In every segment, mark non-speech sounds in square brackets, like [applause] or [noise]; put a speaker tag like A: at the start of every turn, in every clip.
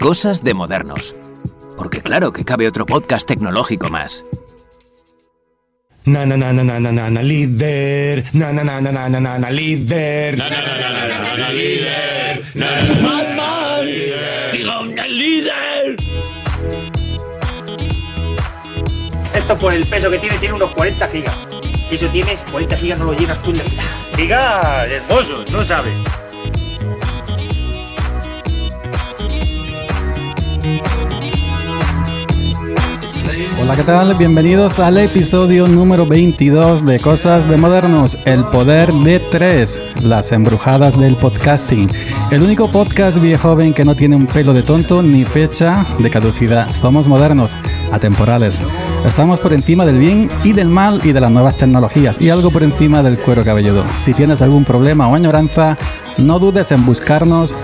A: Cosas de modernos. Porque claro que cabe otro podcast tecnológico más.
B: Na na na na na na na na líder. Na na na na na na na na líder.
C: Esto por el peso que tiene, tiene unos 40 gigas. Y eso tienes, 40 gigas no lo llenas tú en la vida. Gigas hermosos, no sabes.
D: Hola, ¿qué tal? Bienvenidos al episodio número 22 de Cosas de Modernos, el poder de tres, las embrujadas del podcasting. El único podcast viejo joven que no tiene un pelo de tonto ni fecha de caducidad. Somos modernos, atemporales. Estamos por encima del bien y del mal y de las nuevas tecnologías y algo por encima del cuero cabelludo. Si tienes algún problema o añoranza, no dudes en buscarnos,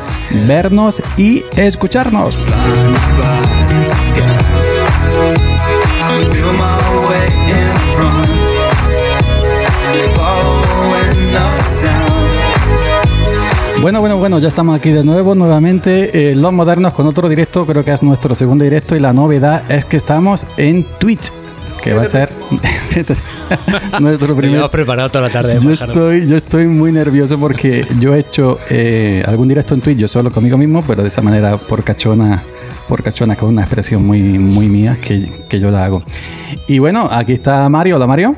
D: vernos y escucharnos. Bueno, bueno, bueno, ya estamos aquí de nuevo, nuevamente eh, Los Modernos con otro directo, creo que es nuestro segundo directo y la novedad es que estamos en Twitch, que va a ser [laughs] nuestro primer...
E: Llevamos preparado toda la tarde. ¿eh?
D: Yo
E: pájaro.
D: estoy, yo estoy muy nervioso porque yo he hecho eh, algún directo en Twitch, yo solo conmigo mismo, pero de esa manera por cachona, por cachona, con una expresión muy, muy mía que, que yo la hago. Y bueno, aquí está Mario, hola Mario.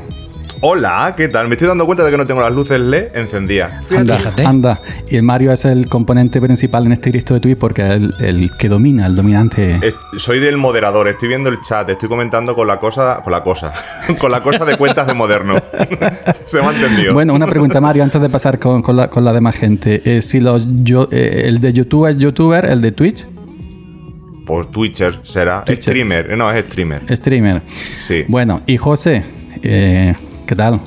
F: Hola, ¿qué tal? Me estoy dando cuenta de que no tengo las luces LED encendidas.
D: Anda,
E: Fíjate.
D: anda. Y el Mario es el componente principal en este directo de Twitch porque es el, el que domina, el dominante.
F: Eh, Soy del moderador, estoy viendo el chat, estoy comentando con la cosa, con la cosa, [laughs] con la cosa de cuentas de moderno. [laughs] Se me ha entendido.
D: Bueno, una pregunta, Mario, antes de pasar con, con la, con la demás gente. Eh, si los yo- eh, el de YouTube es youtuber, el de Twitch,
F: Pues Twitcher será.
D: Twitcher.
F: Streamer, eh, no, es streamer.
D: streamer.
F: Sí.
D: Bueno, y José, eh, ¿qué tal?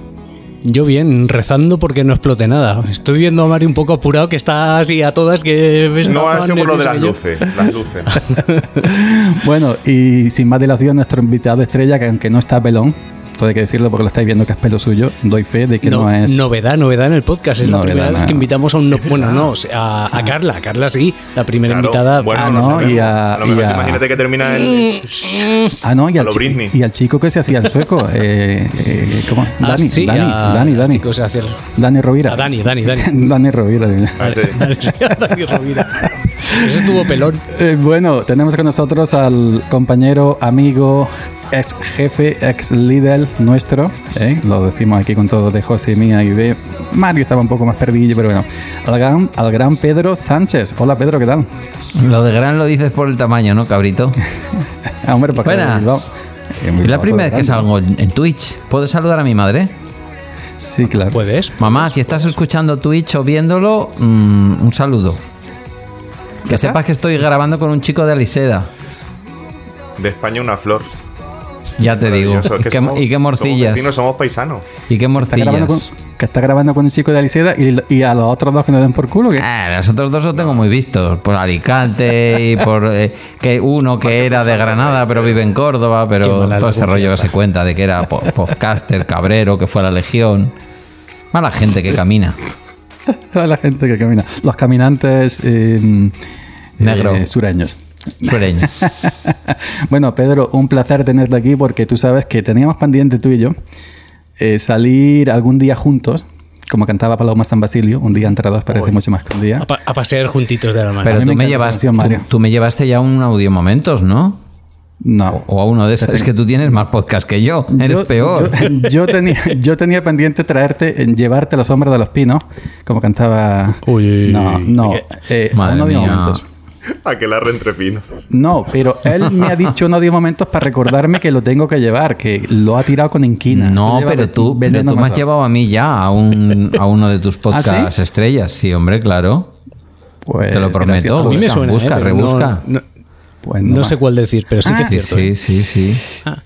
E: Yo bien, rezando porque no explote nada. Estoy viendo a Mario un poco apurado, que está así a todas, que me está
F: No ha
E: más
F: sido por lo de las
E: nervioso
F: luces, las luces.
D: Bueno, y sin más dilación, nuestro invitado estrella, que aunque no está pelón, todo hay que decirlo porque lo estáis viendo que es pelo suyo, doy fe de
E: que
D: que
E: yo.
D: no,
E: No,
D: es...
E: Novedad, novedad en el podcast. Es la
D: Novedad,
E: primera vez
D: no.
E: que invitamos a un. no- bueno, no, o sea, a, a Carla. Carla sí, la primera
F: Claro,
E: invitada.
F: bueno,
D: Ah,
F: no
D: no,
F: sabemos.
D: y a-
F: lo mejor
D: y a-
F: imagínate que termina el.
D: [laughs] Ah, no, y
F: A
D: al,
F: lo
D: chi-
F: Britney.
D: y al chico que se hacía el
F: [laughs]
D: sueco. eh, eh, ¿Cómo?
E: Ah,
D: Dani,
E: sí,
D: Dani,
E: a-
D: Dani,
E: al
D: Dani.
E: chico que se hacía el-
D: Dani Rovira.
E: A Dani, Dani, Dani.
D: [laughs] Dani Rovira.
F: Ah, sí.
E: Dani, sí, a Dani Rovira. Ese estuvo pelón.
D: Eh, bueno, tenemos con nosotros al compañero, amigo, ex jefe, ex líder nuestro. ¿eh? Lo decimos aquí con todo de José, mía y de Mario. Estaba un poco más perdido, pero bueno. Al gran, al gran Pedro Sánchez. Hola Pedro, ¿qué tal?
G: Lo de gran lo dices por el tamaño, ¿no,
F: [laughs]
G: cabrito?
D: Ah, Hombre, porque
G: Buenas.
D: de Bilbao. De
G: Es
D: Bilbao,
G: la primera vez
D: todo
G: que
D: grande.
G: salgo en Twitch. ¿Puedo saludar a mi madre?
D: Sí, claro.
E: ¿Puedes?
G: Mamá, si estás escuchando Twitch o viéndolo, mm, un saludo. Que sepas que estoy grabando con un chico de Aliseda.
F: De España una flor.
G: Ya te digo.
F: Maravilloso, es
G: Y
F: que
G: qué,
F: somos-
G: y qué
F: Somos
G: morcillas.
F: vecinos, somos paisanos. [laughs]
G: Y qué
D: Está grabando
G: morcillas.
D: con- que está grabando con un chico de Aliseda y, y a los otros dos que nos den por culo. ¿qué? [laughs]
G: Ah, los otros dos los tengo muy vistos. Por Alicante y por. eh, que uno que
D: pues
G: era de
D: eh,
G: Granada, pero vive en Córdoba. Pero todo ese rollo que se cuenta de que era po- podcaster, cabrero, que fue a la Legión. Mala gente que camina.
D: Toda la gente que camina. Los caminantes eh,
G: Negro.
D: eh, sureños.
G: Sureño.
D: Bueno, Pedro, un placer tenerte aquí porque tú sabes que teníamos pendiente tú y yo eh, salir algún día juntos, como cantaba Paloma San Basilio, un día entre dos parece mucho más que un día.
E: A, pa- a pasear juntitos de la mano.
D: A
G: Pero
D: mí
G: tú
D: me
G: me,
D: encanta esa
G: llevas,
D: canción, Mario.
G: tú, tú me llevaste ya un audio momentos, ¿no?
D: No.
G: O a uno de esos. Es que tú tienes más podcast que yo. Eres
D: Yo- [laughs]
G: peor.
D: Yo, yo tenía, yo tenía pendiente traerte, en llevarte a los hombres de los pinos, como cantaba.
E: Uy, uy, uy.
D: no, no. eh, a
G: Madre
D: uno de
G: mía.
D: momentos.
F: A que la reentrepino.
D: No, pero él me ha dicho uno de momentos para recordarme que lo tengo que llevar, que lo ha tirado con inquina. Eso
G: No,
D: lleva
G: pero
D: ve-
G: tú, pero
D: veneno
G: tú me has
D: más- ¿Ah,
G: llevado a mí ya a, un, a uno de
D: [laughs]
G: tus podcasts
D: sí?
G: estrellas. Sí, hombre, claro.
D: Pues,
G: te lo prometo.
D: gracias.
E: a mí me
G: busca,
E: suena.
G: busca,
E: ¿eh? Pero
G: rebusca.
E: No, no-
D: Pues
E: no
D: va. Ah,
E: sé cuál decir, pero sí que es
G: Sí,
E: cierto.
G: Ah.
E: ¿eh?
G: sí, sí, sí.
E: Ah.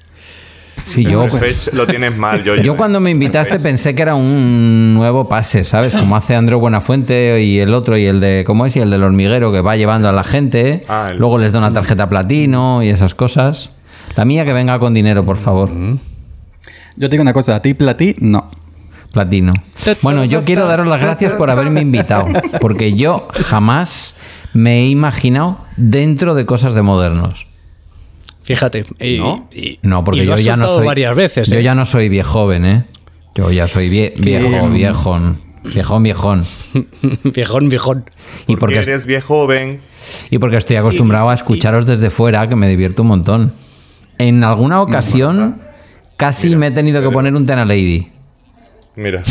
G: Sí, yo,
F: El fetch lo tienes mal, yo.
G: yo cuando me invitaste pensé que era un nuevo pase, ¿sabes? Como hace Andreu Buenafuente y el otro y el de, ¿cómo es? Y el del hormiguero que va llevando a la gente.
F: Ah, el-
G: Luego les da una tarjeta platino y esas cosas.
F: Mm-hmm.
G: La mía que venga con dinero, por favor.
D: Yo te digo una cosa, a ti platí, no.
G: platino. Bueno, yo quiero daros las gracias por haberme invitado, porque yo jamás me he imaginado dentro de cosas de modernos.
E: Fíjate. Y,
F: ¿No?
E: y-
G: No, porque
E: y lo
G: yo
E: has
G: ya no
E: soltado
G: soy.
E: varias veces.
G: Yo
E: ¿eh?
G: ya no soy viejoven, ¿eh? Yo ya soy vie- viejo, viejón. Viejón, viejón.
E: [laughs] viejón, viejón.
G: Y
F: Porque
G: porque,
F: eres viejo, ven.
G: y porque estoy acostumbrado a escucharos desde fuera, que me divierto un montón. En alguna ocasión casi me he tenido que poner un Tena Lady.
F: Mira,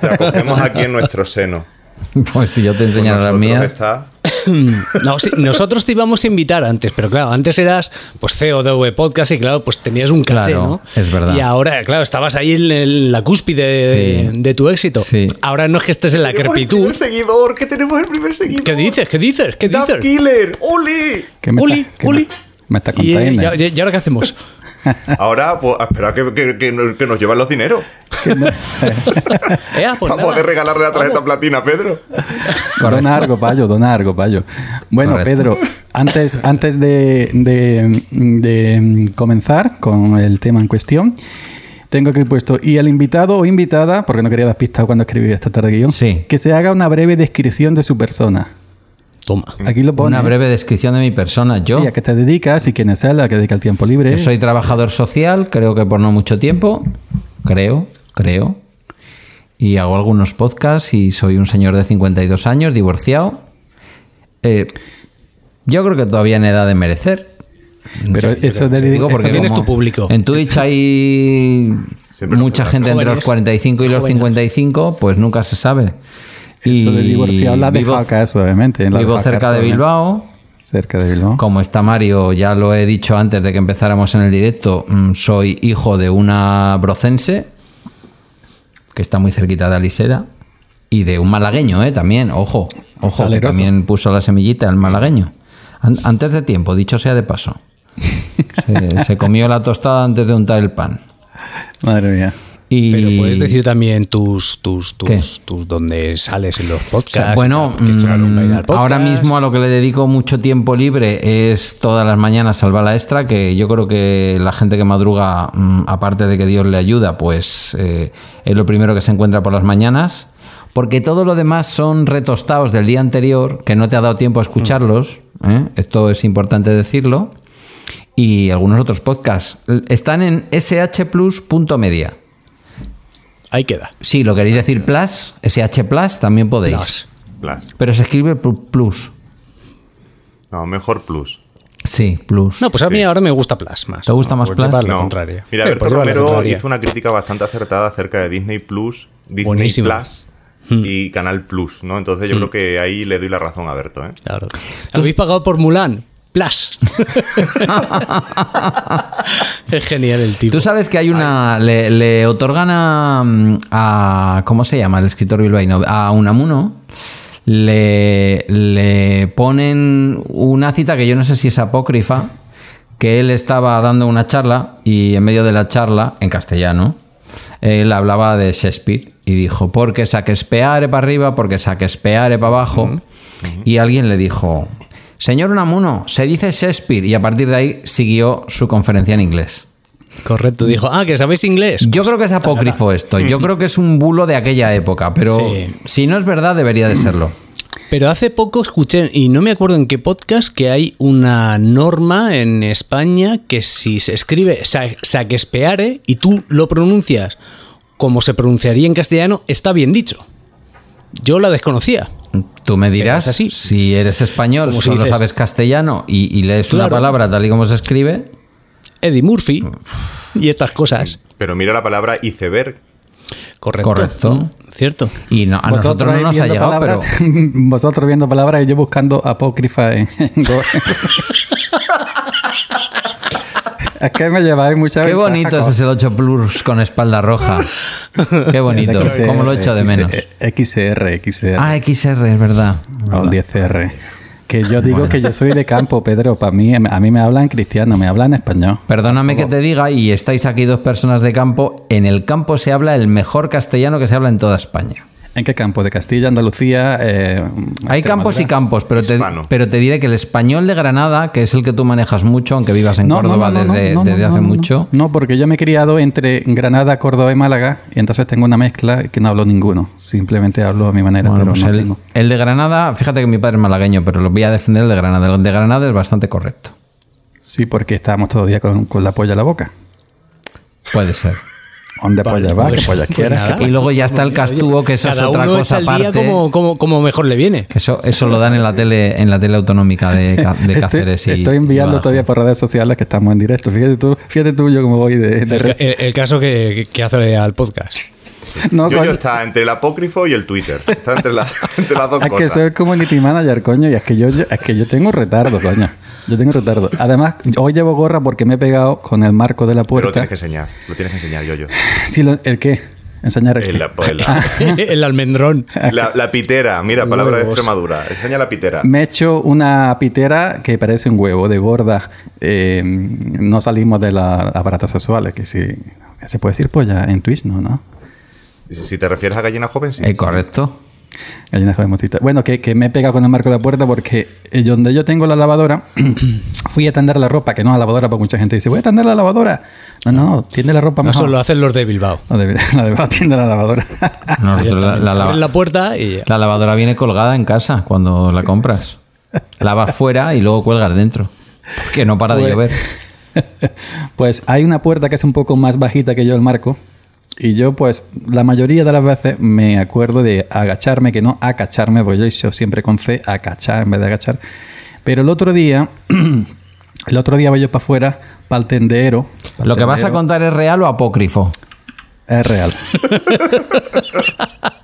F: te acogemos aquí en nuestro seno.
G: [laughs] Pues si yo te
F: Con
G: enseñara las
F: nosotros
G: mías.
F: está-
G: Mm.
E: No, sí, nosotros te íbamos a invitar antes, pero claro, antes eras pues CEO de V Podcast y claro, pues tenías un caché,
G: Claro,
E: ¿no?
G: es verdad.
E: Y ahora, claro, estabas ahí en, el- la cúspide
G: Sí.
E: de tu éxito.
G: Sí.
E: Ahora no es que estés en la
F: ¡Tenemos
E: crepitud.
F: el primer seguidor! ¡Que tenemos el primer seguidor!
E: ¿Qué dices? ¿Qué dices? ¿Qué
F: Dub
E: dices?
F: Killer! ¡Ole!
D: ¿Qué meta-
E: Uli,
D: qué
E: Uli.
D: me- meta
E: Y, eh,
D: container?
E: ya- ya- ¿Y ahora qué
G: [laughs]
E: hacemos?
F: Ahora, pues, a esperar que, que- que nos- que nos llevan los dineros.
E: Eh, pues
F: Vamos a
E: nada.
F: poder regalarle la tarjeta platina a Pedro.
D: Dona algo, Payo, dona algo, Payo. Bueno,
G: Correcto.
D: Pedro, antes, antes de, de- de comenzar con el tema en cuestión, tengo que ir puesto, y el invitado o invitada, porque no quería dar pistas cuando escribí esta tarde guión,
G: Sí.
D: que se haga una breve descripción de su persona.
E: Toma.
D: Aquí lo pone.
G: Una breve descripción de mi persona. Yo,
D: Sí, a qué te dedicas y quién es él, a qué dedica el tiempo libre.
G: Yo soy trabajador social, creo que por no mucho tiempo. Creo, creo. Y hago algunos podcasts y soy un señor de 52 años, divorciado. Eh, yo creo que todavía en edad de merecer.
D: Pero
E: Sí, yo
D: eso
E: creo que
D: de-
E: sí.
D: digo
E: Eso
D: porque
E: tienes
G: como
E: tu público.
G: En Twitch hay
F: [laughs] Siempre lo
G: mucha
F: tendrás.
G: gente entre los
E: Jóvenes.
G: 45 y los
E: Jóvenes.
G: 55, pues nunca se sabe.
D: Eso de
G: Y
D: divorciado la de
G: vivo-
D: eso, obviamente. la
G: vivo
D: dejaba caer,
G: cerca de
D: obviamente.
G: Bilbao.
D: Cerca de Bilbao.
G: Como está Mario, ya lo he dicho antes de que empezáramos en el directo, mm, soy hijo de una brocense que está muy cerquita de Aliseda y de un malagueño, ¿eh? También, ojo, ojo, que
D: Saleroso.
G: también puso la semillita el malagueño. An- antes de tiempo, dicho sea de paso.
E: [laughs]
G: Se, se comió la tostada antes de untar el pan.
D: Madre mía.
G: Y
E: Pero puedes decir también tus, tus,
G: ¿Qué?
E: tus, tus, donde sales en los
G: O sea,
E: podcasts.
G: bueno,
E: porque esto era un
G: mm,
E: bailar podcast.
G: ahora mismo a lo que le dedico mucho tiempo libre es todas las mañanas salvar la extra, que yo creo que la gente que madruga, mm, aparte de que Dios le ayuda, pues eh, es lo primero que se encuentra por las mañanas, porque todo lo demás son retostados del día anterior, que no te ha dado tiempo a escucharlos,
E: Mm.
G: ¿eh? esto es importante decirlo, y algunos otros podcasts. L- Están en shplus.media.
E: Ahí queda.
G: Si lo queréis decir plus, sh plus, también podéis.
E: Plus.
F: Plus.
G: Pero se escribe pl- plus.
F: No, mejor plus.
G: Sí, plus.
E: No, pues a mí ahora me gusta Plus más.
G: ¿Te gusta más
E: Pues
G: Plus?
E: llevar la
F: no.
E: contraria.
F: Mira,
E: Eh,
F: Alberto
E: pues llevar la
F: Romero
E: contraria.
F: hizo una crítica bastante acertada acerca de Disney Plus, Disney
E: Buenísimo.
F: Plus
E: Hmm.
F: y Canal Plus, ¿no? Entonces yo creo que ahí le doy la razón a Berto, ¿eh?
E: Claro. ¿Habéis pagado por Mulan?
G: [laughs]
E: Plus. es genial el tipo.
G: Tú sabes que hay una. Le, le otorgan a, a- ¿Cómo se llama? El escritor bilbaíno. A Unamuno. Le, le ponen una cita que yo no sé si es apócrifa. Que él estaba dando una charla y en medio de la charla, en castellano, él hablaba de Shakespeare y dijo: Porque saquespeare para arriba, porque saquespeare para abajo. Y alguien le dijo: Señor Unamuno, se dice Shakespeare. Y a partir de ahí siguió su conferencia en inglés.
E: Correcto. Dijo, ah, que sabéis inglés.
G: Yo creo que es apócrifo esto. Yo creo que es un bulo de aquella época, pero
E: Mm. Sí.
G: si no es verdad, debería de serlo.
E: Pero hace poco escuché, y no me acuerdo en qué podcast, que hay una norma en España que si se escribe sa- saquespeare y tú lo pronuncias como se pronunciaría en castellano, está bien dicho. Yo la desconocía.
G: Tú me dirás,
E: es así.
G: si eres español,
E: Como si
G: solo
E: dices-
G: sabes castellano y, y lees una
E: Claro.
G: palabra tal y como se escribe,
E: Eddie Murphy y estas cosas.
F: Pero mira la palabra iceberg.
E: Correcto.
G: Correcto.
E: Cierto.
G: y no,
E: Pues
G: a nosotros no
D: ahí
G: nos ha
D: viendo
G: llegado,
D: palabras,
G: pero...
D: [laughs] Vosotros viendo palabras y yo buscando apócrifa en, en
G: [laughs]
D: Go- Es que me lleváis muchas
G: Qué bonito es el 8 Plus con espalda
E: [laughs]
G: roja. Qué bonito, cómo lo echo de menos.
D: XR, XR.
G: Ah, XR, es verdad.
D: o 10R. Que yo digo que yo soy de campo, Pedro. Para mí, a mí me hablan cristiano, me hablan español.
G: Perdóname que te diga, y estáis aquí dos personas de campo, en el campo se habla el mejor castellano que se habla en toda España.
D: ¿En qué campo? ¿De Castilla, Andalucía? eh,
G: Hay campos y
D: Extremadura?
G: campos, pero te,
F: Hispano.
G: pero te diré que el español de Granada, que es el que tú manejas mucho, aunque vivas en
D: No, no, no,
G: Córdoba
D: no,
G: desde,
D: no, no,
G: desde
D: no,
G: hace
D: no, no.
G: mucho.
D: No, porque yo me he criado entre Granada, Córdoba y Málaga, y entonces tengo una mezcla que no hablo ninguno. Simplemente hablo a mi manera,
G: Bueno,
D: pero
G: pues
D: no
G: el,
D: tengo.
G: el de Granada, fíjate que mi padre es malagueño, pero lo voy a defender el de Granada. El de Granada es bastante correcto.
D: Sí, porque estábamos todo el día con, con la polla en la boca.
G: Puede ser.
D: Donde polla va,
E: pues-
D: que polla
E: pues
D: quieras.
E: nada.
D: que-
G: Y luego ya está el castúo, que eso es
E: Cada
G: otra
E: uno
G: cosa
E: echa el día
G: aparte.
E: como, como, como mejor le viene.
G: Que eso, eso lo dan en la tele, en la tele autonómica de, Ca- de
D: Estoy,
G: Cáceres. y-
D: Este, estoy
G: y
D: enviando
G: Badajoz.
D: todavía por redes sociales que estamos en directo. Fíjate tú, fíjate tú yo cómo voy de, de
E: El, ca-
D: re-
E: el- el caso que, que hace al podcast. [laughs]
D: No,
F: Yo,
D: coño.
F: está entre el apócrifo y el Twitter. Está entre, la- [laughs] entre las dos
D: Es que
F: cosas.
D: soy community manager, coño, y es que yo, yo- es que yo tengo retardo, coño. Yo tengo retardo. Además, hoy llevo gorra porque me he pegado con el marco de la
F: Pero lo
D: puerta.
F: tienes que enseñar. Lo tienes que enseñar, yo, yo.
D: Sí, lo- ¿El qué? Enseñar Ah, el,
F: El- la,
D: [laughs]
F: pues, la-
E: el almendrón.
F: la- la pitera. Mira, palabra de
E: Huevos.
F: Extremadura. Enseña la pitera.
D: Me he hecho una pitera que parece un huevo de gorda. Eh, no salimos de los aparatos sexuales, que sí. Se puede decir polla en Twitch, ¿no? ¿No?
F: Y Si si te refieres a gallina joven, sí.
G: Eh, correcto.
D: Gallinas jovencitas. Bueno, que, que me he pegado con el marco de la puerta porque eh, donde yo tengo la lavadora, [clears throat] fui a tender la ropa, que no a la lavadora, porque mucha gente dice, voy a tender la lavadora. No, no, tiende la ropa mejor.
E: Eso lo hacen los de Bilbao.
D: La de, [laughs] la de tiende la lavadora. [laughs]
G: Nosotros la, la lava-
E: Abren la puerta y
G: la lavadora viene colgada en casa cuando la compras. Lavas fuera y luego cuelgas dentro. Que no para de
D: Bueno.
G: llover.
D: [laughs] pues hay una puerta que es un poco más bajita que yo el marco. Y yo, pues, la mayoría de las veces me acuerdo de agacharme, que no acacharme, porque yo he hecho siempre con C, acachar en vez de agachar. Pero el otro día, [clears throat] el otro día voy yo para afuera, para el tendero.
G: ¿Lo que vas a contar es real o apócrifo?
D: Es real. [laughs]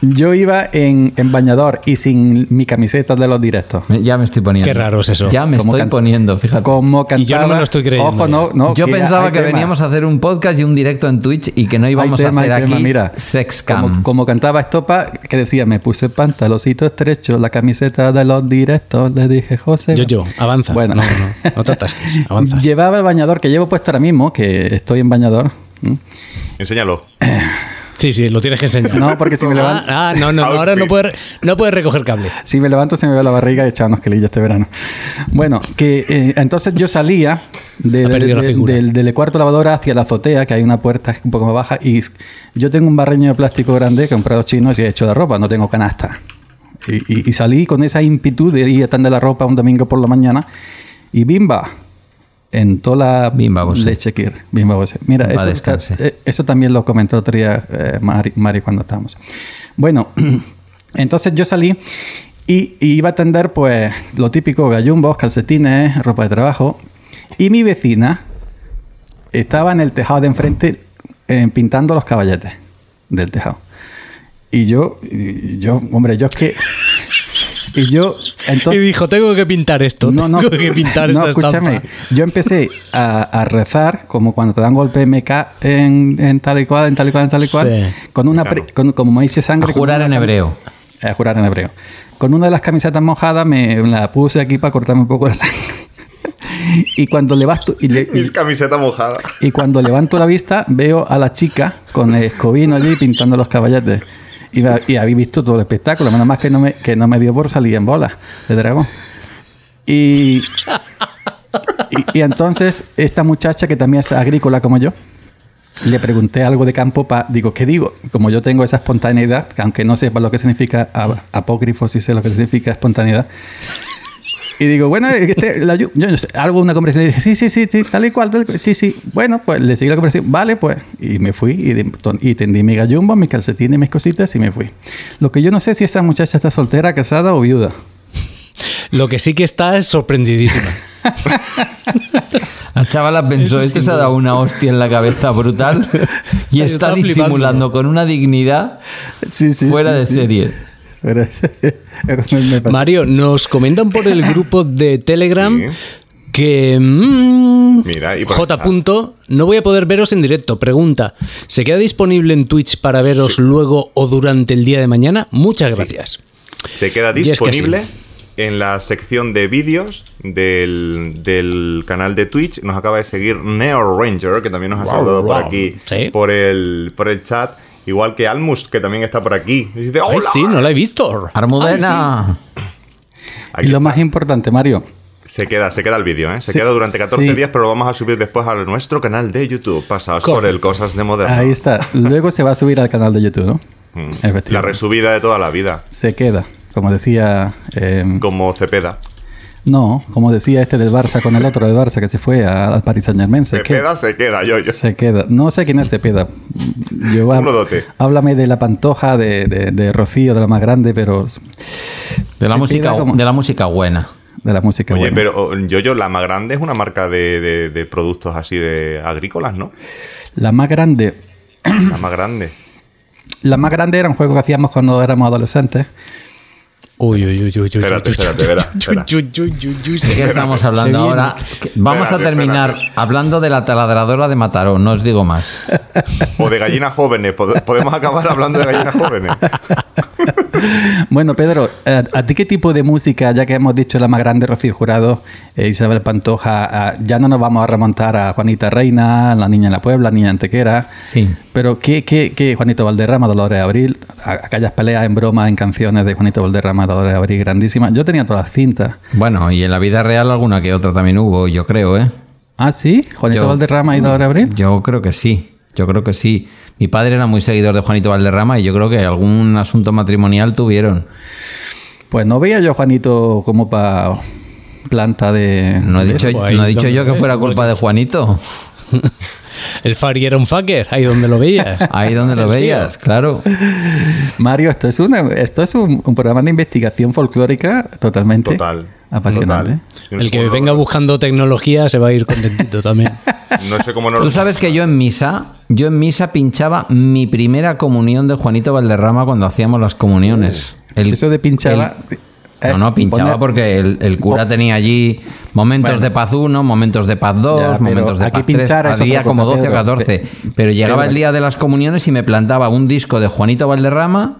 D: Yo iba en, en bañador y sin mi camiseta de los directos.
G: Me- Ya me estoy poniendo.
E: Qué raro es eso.
G: Ya me
D: Como
G: estoy
D: can-
G: poniendo, fíjate.
D: Como cantaba.
E: Y yo no me lo estoy creyendo eh.
D: Ojo,
E: ya.
D: no, no.
G: Yo pensaba que veníamos
D: a
G: a hacer un podcast y un directo en Twitch y que no íbamos a hacer aquí sex
D: Como,
G: cam.
D: como cantaba Estopa, que decía, me puse pantaloncito estrecho, la camiseta de los directos, le dije, José.
E: yo, yo, avanza.
D: Bueno.
E: No, no, no
D: [laughs]
E: te atasques, avanza.
D: Llevaba el bañador que llevo puesto ahora mismo, que estoy en bañador. ¿m?
F: Enséñalo.
E: Sí, sí, lo tienes que enseñar.
D: No, porque si me
E: ah,
D: levanto.
E: ah, no, no, no, ahora no puedes, no puedes recoger cable.
D: Si me levanto se me ve la barriga echando esquelillo este verano. Bueno, que eh, entonces yo salía de- de-
E: Ha perdido la
D: de-
E: figura.
D: del, del cuarto lavadora hacia la azotea, que hay una puerta un poco más baja, y yo tengo un barreño de plástico grande que he comprado chino y he hecho de ropa, no tengo canasta. Y, y- y salí con esa impitud de ir a tender la ropa un domingo por la mañana y bimba. En toda la
G: Bimba Bosé.
D: leche que ir. Bimba Bosé. Mira,
G: Va,
D: eso, está-
G: descanse.
D: eh, eso también lo comentó otro día eh, Mari, Mari cuando estábamos. Bueno, [clears throat] entonces yo salí y, y iba a tender pues lo típico, gallumbos, calcetines, ropa de trabajo. Y mi vecina estaba en el tejado de enfrente eh, pintando los caballetes del tejado. Y yo, y yo, hombre, yo es que... Y yo, entonces...
E: y dijo, tengo que pintar esto.
D: No, no,
E: tengo [laughs] que pintar
D: no,
E: esta
D: escúchame.
E: estampa.
D: Yo empecé a, a rezar, como cuando te dan golpe MK en, en tal y cual, en tal y cual, en tal y cual,
E: Sí.
D: con una, pre- con- como me hice
G: A
D: sangre. con
G: jurar
D: una-
G: en hebreo.
D: a jurar en hebreo. Con una de las camisetas mojadas me la puse aquí para cortarme un poco la sangre. [laughs] y cuando le vas tú- y, le- y-
F: [laughs] Mis camiseta mojada.
D: y cuando levanto la vista, veo a la chica con el escobino allí pintando los caballetes. Y, va- y habéis visto todo el espectáculo, menos más que no me, que no me dio por salir en bola de dragón. Y, y, y entonces, esta muchacha que también es agrícola como yo, le pregunté algo de campo para. Digo, ¿qué digo? Como yo tengo esa espontaneidad, que aunque no sepa lo que significa a- apócrifo, sí sé lo que significa espontaneidad. Y digo, bueno, es que este, la ayu- yo, no sé, algo, una conversación, y dije, sí, sí, sí, sí, tal y cual, tal y cual, sí, sí. Bueno, pues le seguí la conversación, vale, pues. Y me fui y, de- ton- y tendí mi gallumba, mis calcetines, mis cositas y me fui. Lo que yo no sé si esa muchacha está soltera, casada o viuda.
E: Lo que sí que está es sorprendidísima.
G: La chavala pensó, este se ha dado una hostia en la
D: [laughs]
G: cabeza brutal y
E: Ay,
G: está
E: estaba flipando.
G: disimulando con una dignidad
D: Sí, sí.
G: fuera
D: sí,
G: de
D: sí.
G: serie.
D: Fuera de serie. [laughs] Me- me pasó.
E: Mario, nos comentan por el grupo de Telegram
F: Sí.
E: que... mm,
F: Mira, y por-
E: J. punto, no voy a poder veros en directo. Pregunta, ¿se queda disponible en Twitch para veros luego o durante el día de mañana? Muchas gracias.
F: Se queda
E: Y es que
F: disponible
E: sí.
F: en la sección de vídeos del, del canal de Twitch. Nos acaba de seguir Neo Ranger, que también nos ha saludado por aquí
E: Sí.
F: por, el, por el chat. Igual que Almus, que también está por aquí. Y dice,
E: Ay,
F: "Hola".
E: sí, no la he visto.
G: Armudena.
F: Aquí
D: y lo
F: está.
D: más importante, Mario,
F: Se queda, se queda el vídeo, ¿eh? Se
D: Sí,
F: queda durante 14
D: sí.
F: días, pero lo vamos a subir después a nuestro canal de YouTube. Pasaos por el Cosas de Moderno.
D: ahí está. Luego se va a subir al canal de YouTube, ¿no?
F: Mm.
D: Efectivamente.
F: La resubida de toda la vida.
D: Se queda, como decía... em,
F: Como Cepeda.
D: No, como decía este del Barça con el otro del Barça que se fue a- al Paris Saint Germain, se queda.
F: Cepeda se queda, yo, yo.
D: Se queda. No sé quién es Cepeda. Yo, hab-
F: Uno dote.
D: Háblame de la pantoja de, de- de Rocío, de la más grande, pero
G: De la,
D: Me
G: música,
D: pega como-
G: de la música buena.
D: de la música.
F: Oye,
D: buena.
F: pero oh, yo, yo, la más grande es una marca de, de- de productos así de agrícolas, ¿no?
D: La más grande.
F: La
D: [coughs]
F: más grande.
D: La más grande era un juego que hacíamos cuando éramos adolescentes.
E: Uy, uy, uy, uy, uy.
F: Espérate,
E: uy,
F: espérate,
E: uy,
F: espera,
E: uy,
F: espera.
E: uy, uy, uy, uy,
G: ¿De qué
E: se-
G: estamos
E: se
G: hablando
E: viene.
G: ahora? Que- Vamos
F: Espérate,
G: a terminar
F: espérate.
G: hablando de la taladradora de Mataró, no os digo más.
F: O de gallinas jóvenes. pod- Podemos acabar hablando de
D: [laughs]
F: gallinas jóvenes.
D: Bueno, Pedro, ¿a, a ti qué tipo de música, ya que hemos dicho la más grande, Rocío Jurado, eh, Isabel Pantoja, ah, ya no nos vamos a remontar a Juanita Reina, La Niña en la Puebla, Niña Antequera?
G: Sí.
D: Pero ¿qué, qué, qué Juanito Valderrama, Dolores Abril, a- aquellas peleas en broma, en canciones de Juanito Valderrama, Dolores Abril, grandísimas. Yo tenía todas las cintas.
G: Bueno, y en la vida real alguna que otra también hubo, yo creo, ¿eh?
D: Ah, sí, Juanito
G: Yo-
D: Valderrama y Dolores Abril.
G: Yo creo que sí, yo creo que sí. Mi padre era muy seguidor de Juanito Valderrama y yo creo que algún asunto matrimonial tuvieron.
D: Pues no veía yo a Juanito como para planta de...
G: No he
D: de-
G: dicho,
E: Ahí
G: no he dicho yo que
E: también,
G: fuera culpa de Juanito.
E: El Fari era un fucker, ahí donde lo veías.
D: [laughs]
G: Ahí donde lo
E: El tío.
G: veías, claro.
D: Mario, esto es, una, esto es un, un programa de investigación folclórica totalmente
F: Total.
D: apasionante. ¿eh?
F: total.
E: El que venga buscando tecnología se va a ir
D: [laughs]
E: contentito también.
F: No sé cómo no
G: Tú sabes que yo en misa, yo en misa pinchaba mi primera comunión de Juanito Valderrama cuando hacíamos las comuniones. El-
D: Eso de pinchaba... eh,
G: no, no, pinchaba
D: poner-
G: porque el, el cura
D: po-
G: tenía allí momentos
D: Bueno.
G: de paz 1, momentos de paz 2,
D: Ya, pero
G: momentos de
D: aquí
G: paz 3.
D: pinchar es otra
G: Había como
D: cosa,
G: 12 o
D: Pedro.
G: 14. Pero llegaba
D: Pedro.
G: el día de las comuniones y me plantaba un disco de Juanito Valderrama,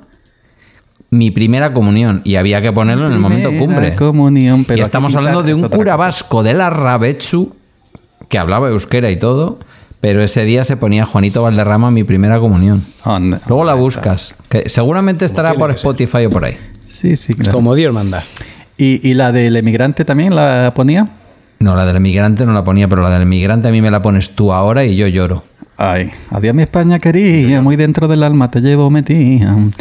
G: mi primera comunión. Y había que ponerlo en el momento
D: Primera
G: cumbre.
D: comunión, pero
G: y
D: aquí
G: estamos hablando
D: pinchar
G: de
D: es
G: un
D: otra
G: cura
D: cosa.
G: vasco de la Rabechu que hablaba euskera y todo, pero ese día se ponía Juanito Valderrama mi primera comunión.
D: Onda.
G: Luego la
D: pues
G: buscas, que seguramente estará por Spotify o por ahí.
D: Sí, sí, claro.
E: Como Dios manda.
D: ¿Y, y la del emigrante también la ponía?
G: No, la del migrante no la ponía, pero la del migrante a mí me la pones tú ahora y yo lloro.
D: Ay, adiós mi España querida, muy dentro del alma te llevo metida. Y
G: Mm.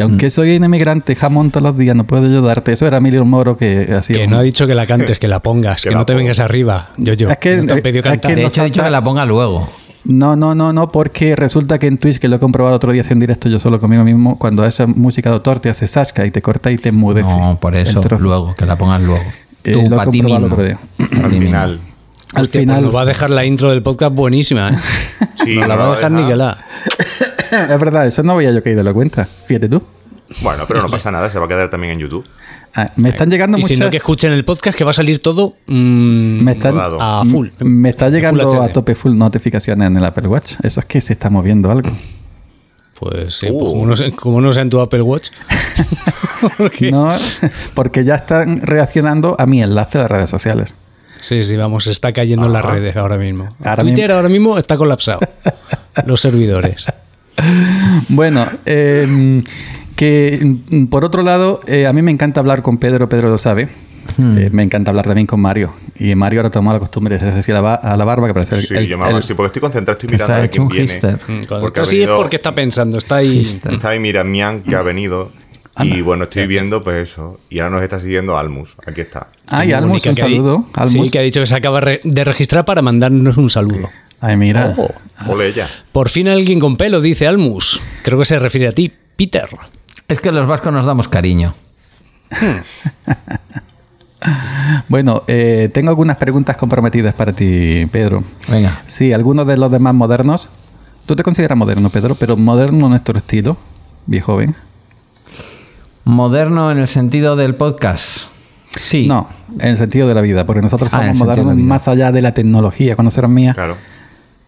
D: aunque soy un emigrante, jamón todos los días, no puedo ayudarte. Eso era Emilio Moro que hacía...
E: Que
D: un-
E: no ha dicho que la cantes, que la
F: [laughs]
E: pongas, que,
F: la
E: no te
F: pongo.
E: vengas arriba. Yo, yo.
D: Es que-
E: no te han
D: eh,
E: pedido
D: es que
E: cantar.
G: De
D: nos
G: hecho, he dicho
D: falta-
G: que la ponga luego.
D: No, no, no, no, porque resulta que en Twitch, que lo he comprobado otro día así en directo yo solo conmigo mismo, cuando esa música de autor te hace sasca y te corta y te enmudece.
G: No, por
D: el
G: eso,
D: trozo.
G: luego, que la pongas luego.
D: Eh,
G: Tú,
D: lo he
G: para ti
D: comprobado el
G: mismo.
D: otro
G: [clears throat]
D: día.
F: Al final.
D: Al
E: Hostia, pues
D: final...
E: nos va a dejar la intro del podcast buenísima. ¿eh?
F: [laughs] Sí,
E: no la
F: no
E: va a dejar ni que
F: nada.
E: la.
D: [laughs] es verdad, eso no había yo caído en la cuenta. Fíjate tú.
F: Bueno, pero no pasa nada, se va a quedar también en YouTube.
D: Ah, me están llegando
E: Y
D: muchas...
E: si no, que escuchen el podcast que va a salir todo mm,
D: Me están-
F: Rodado.
E: a full.
D: Me está
E: Full
D: llegando
E: HD.
D: a tope full notificaciones en el Apple Watch. Eso es que se está moviendo
E: [laughs]
D: algo.
E: Pues sí,
F: Uh.
E: pues como, no sea, como no sea en tu Apple
D: [laughs]
E: Watch. [laughs] Porque-
D: No, [laughs] porque ya están reaccionando a mi enlace a las redes sociales.
E: Sí, sí, vamos, se está cayendo en las redes ahora mismo.
D: Ahora
E: Twitter
D: mismo.
E: ahora mismo
D: [laughs]
E: está colapsado. Los servidores.
D: Bueno, eh, que mm, por otro lado, eh, a mí me encanta hablar con Pedro, Pedro lo sabe.
G: Hmm.
D: Eh, me encanta hablar también con Mario. Y Mario ahora tomó la costumbre de hacerse así a la, ba- a la barba, que parece el,
F: Sí,
D: el-
F: yo me hago
D: el-
F: así, porque estoy concentrado, estoy mirando
G: Está
F: a
G: hecho
F: quién
G: un
F: viene. Mm,
G: hipster.
E: Mm, Cuando
F: Porque
E: está
F: ha
E: así es
F: venido-
E: porque está pensando, está ahí.
F: Está ahí Miramian, que ha venido. Y bueno, estoy viendo pues eso. Y ahora nos está siguiendo Almus. Aquí está.
D: Ay,
E: Como
D: Almus,
E: única
D: un
E: que ha di-
D: saludo. Almus.
E: Sí, que ha dicho que se acaba re- de registrar para mandarnos un saludo.
D: Ay, mira.
E: Oh.
F: Ole ella.
E: Por fin alguien con pelo, dice Almus. Creo que se refiere a ti, Peter.
G: Es que los vascos nos damos cariño.
D: Bueno, eh, tengo algunas preguntas comprometidas para ti, Pedro.
G: Venga.
D: Sí, algunos de los demás modernos. Tú te consideras moderno, Pedro, pero moderno no es tu estilo, viejo joven.
G: Moderno en el sentido del podcast. Sí.
D: No, en el sentido de la vida, porque nosotros
G: Ah, en el
D: somos
G: sentido de la
D: modernos
G: vida.
D: más allá de la tecnología, conocer mía.
F: Claro.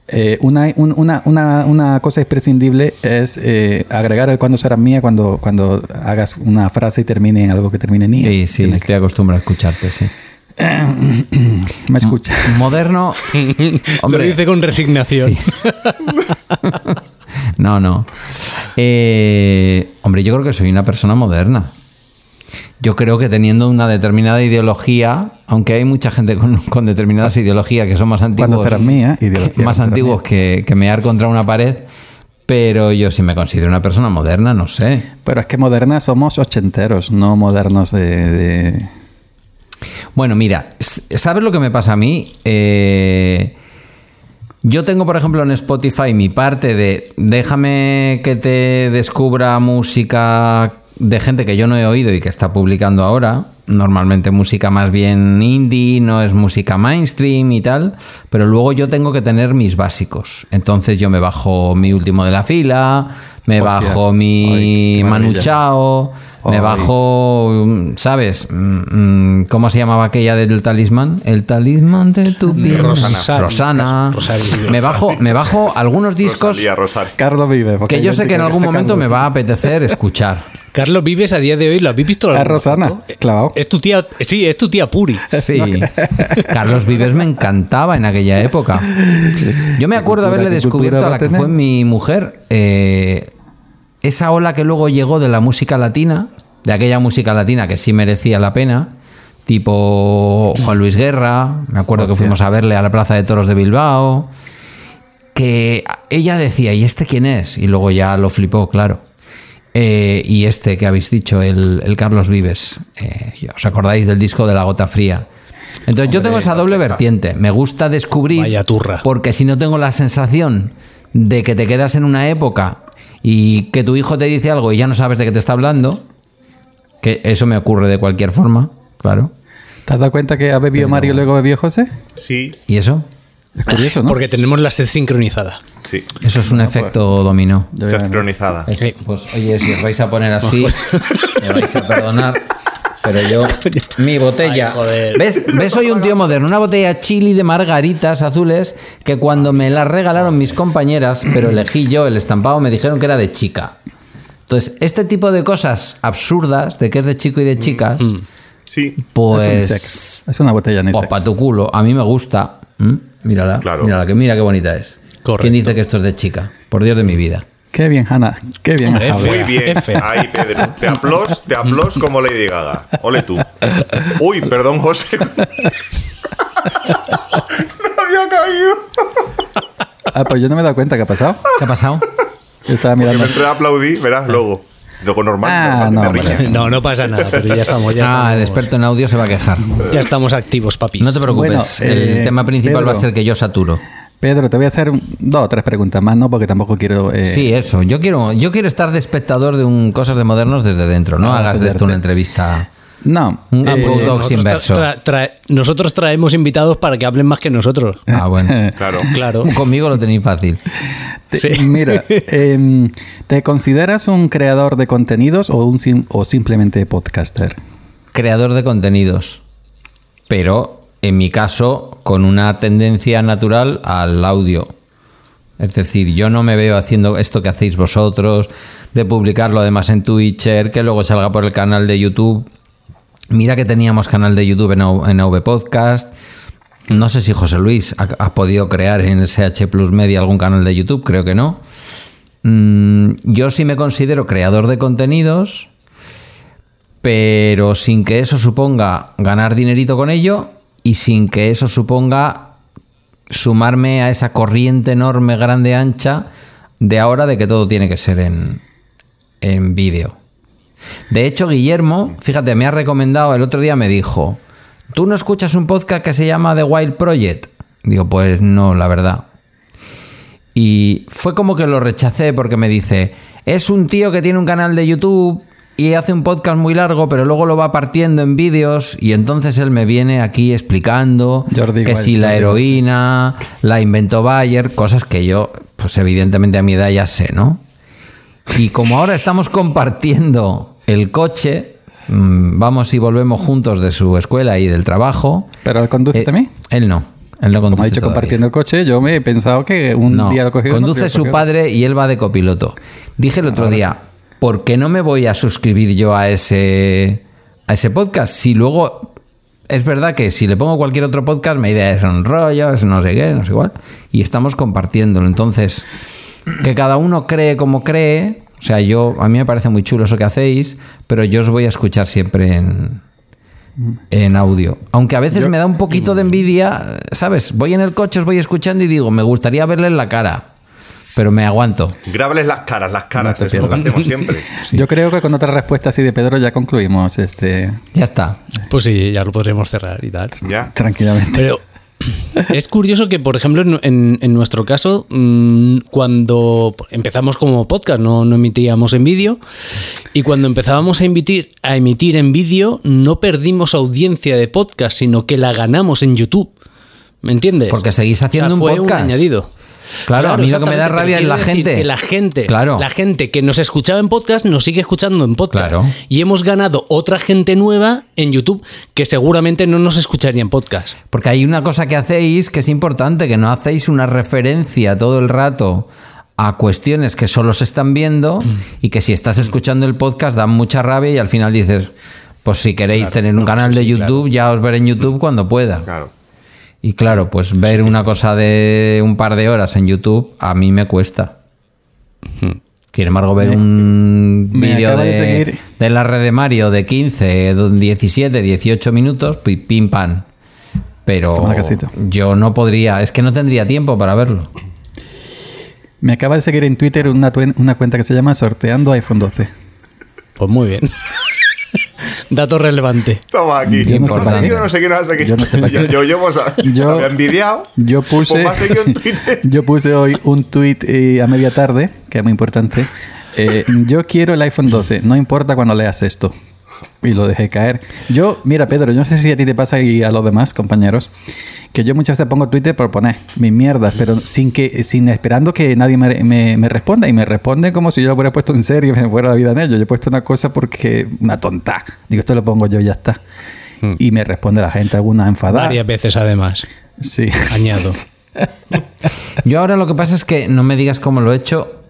D: Eh, una, un- una, una, una cosa imprescindible es eh, agregar el cuando será mía cuando, cuando hagas una frase y termine en algo que termine en
G: Sí,
D: mía.
G: sí, estoy acostumbrado a escucharte, sí. Ah.
D: Me escucha. [laughs]
G: Moderno.
E: Lo
G: Hombre.
E: dice con resignación.
G: [laughs] No, no. Eh, hombre, yo creo que soy una persona moderna. Yo creo que teniendo una determinada ideología, aunque hay mucha gente con, con determinadas ideologías que son más antiguos,
D: serás mía? Ideología,
G: más
D: cuando serás
G: antiguos que, que mear contra una pared, pero yo sí me considero una persona moderna, no sé.
D: Pero es que modernas somos ochenteros, no modernos de... de-
G: Bueno, mira, s- ¿sabes lo que me pasa a mí? Eh, yo tengo, por ejemplo, en Spotify mi parte de déjame que te descubra música de gente que yo no he oído y que está publicando ahora. Normalmente música más bien indie, no es música mainstream y tal, pero luego yo tengo que tener mis básicos. Entonces yo me bajo mi último de la fila, me bajo
D: Ay,
G: mi
D: qué
G: Manu
D: maravilla.
G: Chao, me
D: Ay.
G: bajo o, mm, ¿sabes? Mm, mm, ¿Cómo se llamaba aquella del talismán? El talismán de tu piel.
E: Rosana.
G: Rosana.
E: Rosario.
G: Me bajo, me bajo algunos discos
F: Rosalía, Rosario.
D: Carlos vive. porque
G: que yo sé que en
D: identifico
G: algún
D: este
G: momento me
D: canguro.
G: va a apetecer escuchar.
E: Carlos Vives a día de hoy, ¿lo habéis visto?
D: Es
E: alguna
D: Rosana,
E: foto?
D: clavado.
E: Es tu tía, sí, es tu tía Puri.
G: Sí. [laughs] Carlos Vives me encantaba en aquella época. Yo me acuerdo
D: cultura,
G: haberle
D: qué
G: descubierto
D: cultura
G: a
D: va
G: la
D: a
G: que
D: tener?
G: fue mi mujer eh, esa ola que luego llegó de la música latina, de aquella música latina que sí merecía la pena, tipo Juan Luis Guerra. Me acuerdo que fuimos a verle a la Plaza de Toros de Bilbao. Que ella decía, ¿y este quién es? Y luego ya lo flipó, claro. Eh, y este que habéis dicho, el, el Carlos Vives. Eh, ya ¿Os acordáis del disco de La Gota Fría? Entonces yo tengo esa doble vertiente. Me gusta descubrir.
E: Vaya turra.
G: Porque si no tengo la sensación de que te quedas en una época y que tu hijo te dice algo y ya no sabes de qué te está hablando, que eso me ocurre de cualquier forma, claro.
D: ¿Te has dado cuenta que ha bebido Mario y luego bebió José?
F: Sí,
G: ¿Y eso?
D: Es curioso, ¿no?
E: Porque tenemos la sed sincronizada.
F: sí.
G: Eso es un efecto dominó.
F: Sed cronizada.
G: Es- pues oye, si os vais a poner así, me vais a perdonar. Pero yo, mi botella.
E: Ay, joder.
G: ¿Ves? ¿Ves? Soy un tío moderno. Una botella chili de margaritas azules que cuando me la regalaron mis compañeras, pero elegí yo el estampado, me dijeron que era de chica. Entonces, este tipo de cosas absurdas, de que es de chico y de chicas,
E: Mm.
F: Sí,
G: pues.
D: Unisex. Es una botella ni
G: Pues pa' tu culo, a mí me gusta. ¿Mm? Mírala,
F: Claro.
G: mírala, que mira qué bonita es.
E: Correcto.
G: ¿Quién dice que esto es de chica? Por Dios de mi vida.
D: Qué bien, Hanna. Qué bien.
E: Hombre,
D: Hanna.
E: F.
F: muy bien.
E: F.
F: Ahí, Pedro. Te aplos, te aplos como Lady Gaga. Ole tú. Uy, perdón,
G: [laughs]
F: José. [laughs] no había caído.
D: Ah, pues yo no me he dado cuenta que ha pasado.
G: ¿Qué ha pasado?
D: Yo estaba
F: Que me
D: mirando.
F: entré a aplaudir, verás, luego. Luego normal,
D: Ah,
F: normal,
D: no,
F: te
D: hombre.
F: ríes.
E: No, no pasa nada, pero ya estamos, ya,
G: Ah, el
E: estamos,
G: experto en audio se va a quejar.
E: ya estamos activos, papis.
G: No te preocupes,
D: Bueno,
G: el
D: eh,
G: tema principal va a
D: Pedro.
G: ser que yo saturo.
D: Pedro, te voy a hacer un- dos o tres preguntas más, ¿no? Porque tampoco quiero... eh,
G: Sí, eso. Yo quiero, yo quiero estar de espectador de un Cosas de Modernos desde dentro. No
D: Ah,
G: hagas de esto
D: desde
G: una
D: dentro.
G: entrevista.
D: No.
G: Un
D: eh,
G: Apple Docs
E: Nosotros
G: inverso.
E: tra- tra- nosotros traemos invitados para que hablen más que nosotros.
D: [laughs]
G: Ah, bueno.
F: Claro.
G: [laughs]
E: Claro.
G: Conmigo lo tenéis fácil.
D: [laughs] te-
E: Sí.
G: [laughs]
D: Mira, em, ¿te consideras un creador de contenidos o, un sim- o simplemente podcaster?
G: Creador de contenidos. Pero, en mi caso, con una tendencia natural al audio. Es decir, yo no me veo haciendo esto que hacéis vosotros, de publicarlo además en Twitter, que luego salga por el canal de YouTube. Mira que teníamos canal de YouTube en, O- en V Podcast. No sé si José Luis ha, ha podido crear en SH Plus Media algún canal de YouTube, creo que no. Mm, yo sí me considero creador de contenidos, pero sin que eso suponga ganar dinerito con ello y sin que eso suponga sumarme a esa corriente enorme, grande, ancha de ahora de que todo tiene que ser en, en vídeo. De hecho, Guillermo, fíjate, me ha recomendado, el otro día me dijo, ¿tú no escuchas un podcast que se llama The Wild Project? Digo, pues no, la verdad. Y fue como que lo rechacé porque me dice, es un tío que tiene un canal de YouTube y hace un podcast muy largo, pero luego lo va partiendo en vídeos y entonces él me viene aquí explicando
D: Jordi
G: que
D: Wild,
G: si la
D: Jordi Wild,
G: heroína la inventó Bayer, cosas que yo, pues evidentemente a mi edad ya sé, ¿no? Y como ahora estamos compartiendo el coche, mm, vamos y volvemos juntos de su escuela y del trabajo.
D: ¿Pero él conduce
G: Eh,
D: también?
G: Él no. Él no conduce.
D: Como ha dicho,
G: todavía.
D: compartiendo el coche, yo me he pensado que un
G: No,
D: día lo cogió. otro día
G: conduce
D: lo
G: su
D: cogió.
G: padre y él va de copiloto. Dije el otro día, ¿por qué no me voy a suscribir yo a ese, a ese podcast? Si luego. Es verdad que si le pongo cualquier otro podcast, mi idea es un rollo, es no sé qué, no sé cuál. Y estamos compartiéndolo. Entonces, que cada uno cree como cree, O sea, yo a mí me parece muy chulo eso que hacéis, pero yo os voy a escuchar siempre en, en audio. Aunque a veces me da un poquito
E: Mm.
G: de envidia, ¿sabes? Voy en el coche, os voy escuchando y digo, me gustaría verle en la cara, pero me aguanto.
F: Grábales las caras, las caras, eso es lo que hacemos siempre.
D: Yo creo que con otra respuesta así de Pedro ya concluimos este
G: Ya está.
E: Pues sí, ya lo podremos cerrar y tal.
D: [laughs]
F: Ya.
G: [laughs]
D: tranquilamente.
E: Pero es curioso que, por ejemplo, en, en- en nuestro caso, mm, cuando empezamos como podcast, no, no emitíamos en vídeo, y cuando empezábamos a emitir, a emitir en vídeo, no perdimos audiencia de podcast, sino que la ganamos en YouTube. ¿Me entiendes?
G: Porque seguís haciendo un
E: fue
G: podcast.
E: añadido.
G: Claro, a mí lo que me da
E: exactamente,
G: rabia
E: pero
G: es la
E: quiero decir
G: gente.
E: que la gente,
G: Claro.
E: la gente que nos escuchaba en podcast nos sigue escuchando en podcast.
G: Claro.
E: Y hemos ganado otra gente nueva en YouTube que seguramente no nos escucharía en podcast.
G: Porque hay una cosa que hacéis que es importante, que no hacéis una referencia todo el rato a cuestiones que solo se están viendo
E: Mm.
G: y que si estás escuchando el podcast dan mucha rabia y al final dices, pues si queréis tener un canal de YouTube, ya os veré en
E: Mm.
G: YouTube cuando pueda.
F: Claro.
G: Y claro, pues ver una cosa de un par de horas en YouTube a mí me cuesta. Sin embargo, ver un
D: me
G: vídeo
D: acaba de
G: de,
D: seguir.
G: de la red de Mario de 15, 17, 18 minutos, pues pim pam. Pero
D: Toma la casita.
G: yo no podría, es que no tendría tiempo para verlo.
D: Me acaba de seguir en Twitter una, tuen- una cuenta que se llama Sorteando iPhone 12.
E: Pues muy bien. [laughs] Dato relevante.
F: Toma aquí.
D: Yo no
F: Nos
D: sé
F: ha
D: para
F: seguido,
D: qué.
F: no sé quién nos ha seguido.
D: Yo no sé
F: [laughs]
D: para
F: yo,
D: qué.
F: yo, yo, pues,
D: [laughs] Yo-
F: se me ha envidiado.
D: Yo puse,
F: Pues me ha seguido
D: [laughs]
F: en Twitter.
D: yo puse hoy un tweet a media tarde, que es muy importante. Eh, yo quiero el iPhone 12, no importa cuando leas esto. Y lo dejé caer. Yo, mira, Pedro, yo no sé si a ti te pasa y a los demás compañeros, que yo muchas veces pongo Twitter por poner mis mierdas, pero sin que sin esperando que nadie me, me- me responda. Y me responde como si yo lo hubiera puesto en serio [laughs] y me fuera la vida en ello. Yo he puesto una cosa porque una tonta. Digo, esto lo pongo yo y ya está. Y me responde la gente, algunas enfadadas.
E: Varias veces además.
D: Sí.
E: Añado.
G: Yo ahora lo que pasa es que no me digas cómo lo he hecho,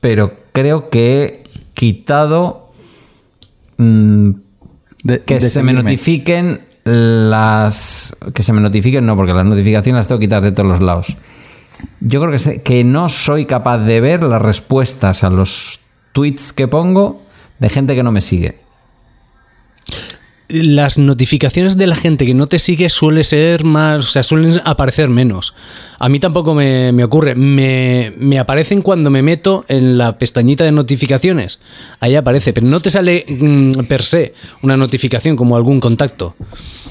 G: pero creo que he quitado mm,
D: De-
G: que se
D: decidirme.
G: me notifiquen las que se me notifiquen no porque las notificaciones las tengo que quitar de todos los lados yo creo que, sé- que no soy capaz de ver las respuestas a los tweets que pongo de gente que no me sigue
E: Las notificaciones de la gente que no te sigue suele ser más, o sea, suelen aparecer menos. A mí tampoco me, me ocurre. Me, me aparecen cuando me meto en la pestañita de notificaciones. Ahí aparece, pero no te sale mm, per se una notificación como algún contacto.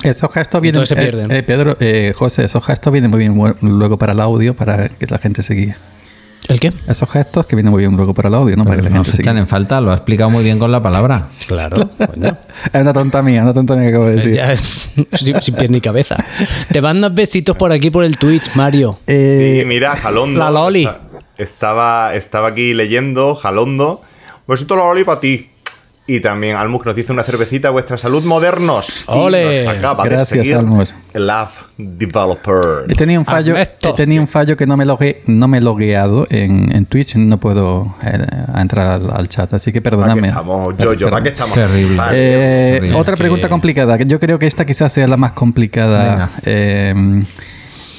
D: Esos gestos vienen.
E: Entonces se
D: eh,
E: pierden.
D: eh, Pedro, eh, José, esos gestos vienen muy bien mu- luego para el audio, para que la gente se guíe.
E: ¿El qué?
D: Esos gestos que vienen muy bien luego para el audio, ¿no? Para que la gente
G: nos
D: se
G: echan
D: guíe.
G: en falta lo ha explicado muy bien con la
D: [laughs]
G: palabra
E: Claro. coño. Eh,
D: Es una tonta mía, una tonta mía que acabo de decir.
E: Ya, [laughs] sin, sin pies ni cabeza. Te mandas besitos por aquí por el Twitch, Mario.
D: Eh,
F: sí, mira, Jalondo.
E: la Loli.
F: Estaba, estaba aquí leyendo, Jalondo. Besito la Loli para ti. Y también Almus que nos dice una cervecita a vuestra salud modernos. Y
E: Ole.
F: nos acaba
D: Gracias,
F: de seguir
D: Almus.
F: Love Developer.
D: He tenido un fallo,
E: Ernesto.
D: he tenido un fallo que no me logue, no me he logueado en, en Twitch, no puedo eh, entrar al, al chat, así que
F: ¿Para qué
D: perdóname.
F: estamos? Yo, yo, ¿para qué estamos?
G: Terrible.
F: Vale.
D: Eh,
G: Terrible.
D: otra pregunta
E: Que-
D: complicada. que Yo creo que esta quizás sea la más complicada. Eh,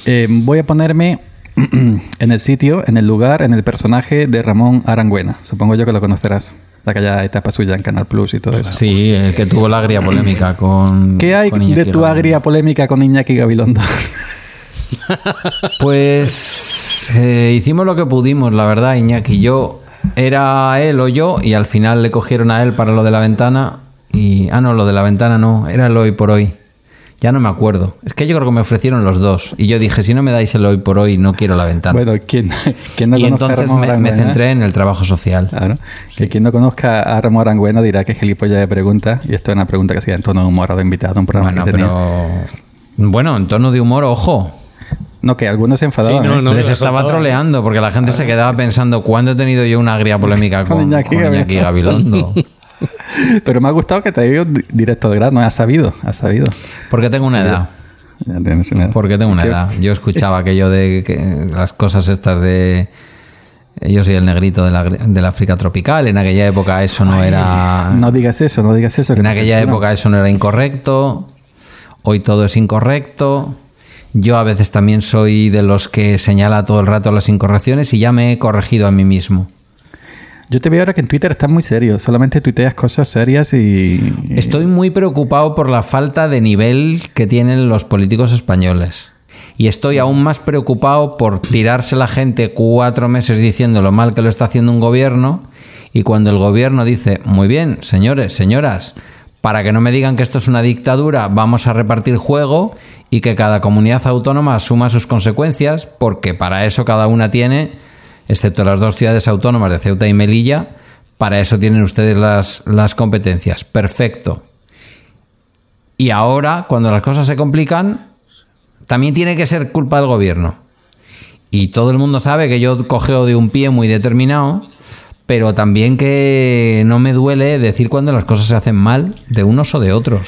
D: eh, voy a ponerme [clears throat] en el sitio, en el lugar, en el personaje de Ramón Arangüena. Supongo yo que lo conocerás. La que ya etapa suya en Canal Plus y todo eso.
G: sí el que tuvo la agria polémica con
D: ¿Qué hay
G: con Iñaki
D: de tu
G: Gabilondo.
D: agria polémica con Iñaki Gabilondo?
G: Pues eh, hicimos lo que pudimos, la verdad, Iñaki. Yo era él o yo y al final le cogieron a él para lo de la ventana y ah no, lo de la ventana no, era el hoy por hoy. Ya no me acuerdo. Es que yo creo que me ofrecieron los dos y yo dije, si no me dais el hoy por hoy, no quiero la ventana.
D: [laughs] bueno, quien, quien no
G: y
D: conozca a
G: entonces
D: Ramón
G: me, me
D: Arangüena.
G: centré en el trabajo social.
D: Claro. Que quien no conozca a Ramón Arangüena dirá que es gilipollas de pregunta. Y esto es una pregunta que hacía en tono de humor a los invitados a un programa
G: Bueno,
D: que tenía.
G: pero bueno, en tono de humor, ojo.
D: No, que algunos se enfadaban.
E: Sí, no,
D: ¿eh?
E: no.
G: Les
E: me
G: estaba
E: faltaba.
G: troleando porque la gente se quedaba pensando cuándo he tenido yo una agria polémica
D: Con
G: con,
D: Iñaki
G: con Iñaki Gabilondo.
D: [laughs] Pero me ha gustado que te haya ido di- directo de grano. Has sabido, has sabido.
G: Porque tengo una edad.
D: Ya tienes una edad.
G: Porque tengo una
D: Te-
G: edad. Yo escuchaba aquello de que las cosas estas de. eh, Yo soy el negrito de la, gri- del África tropical. En aquella época eso no era.
D: No digas eso, no digas eso. que
G: Ah. en
D: te
G: aquella
D: censuran.
G: época eso no era incorrecto. Hoy todo es incorrecto. Yo a veces también soy de los que señala todo el rato las incorrecciones y ya me he corregido a mí mismo.
D: Yo te veo ahora que en Twitter estás muy serio. Solamente tuiteas cosas serias y.
G: Estoy muy preocupado por la falta de nivel que tienen los políticos españoles. Y estoy aún más preocupado por tirarse la gente cuatro meses diciendo lo mal que lo está haciendo un gobierno. Y cuando el gobierno dice, muy bien, señores, señoras, para que no me digan que esto es una dictadura, vamos a repartir juego y que cada comunidad autónoma asuma sus consecuencias, porque para eso cada una tiene, excepto las dos ciudades autónomas de Ceuta y Melilla, para eso tienen ustedes las, las competencias. Perfecto. Y ahora, cuando las cosas se complican, también tiene que ser culpa del gobierno. Y todo el mundo sabe que yo cogeo de un pie muy determinado, pero también que no me duele decir cuando las cosas se hacen mal de unos o de otros.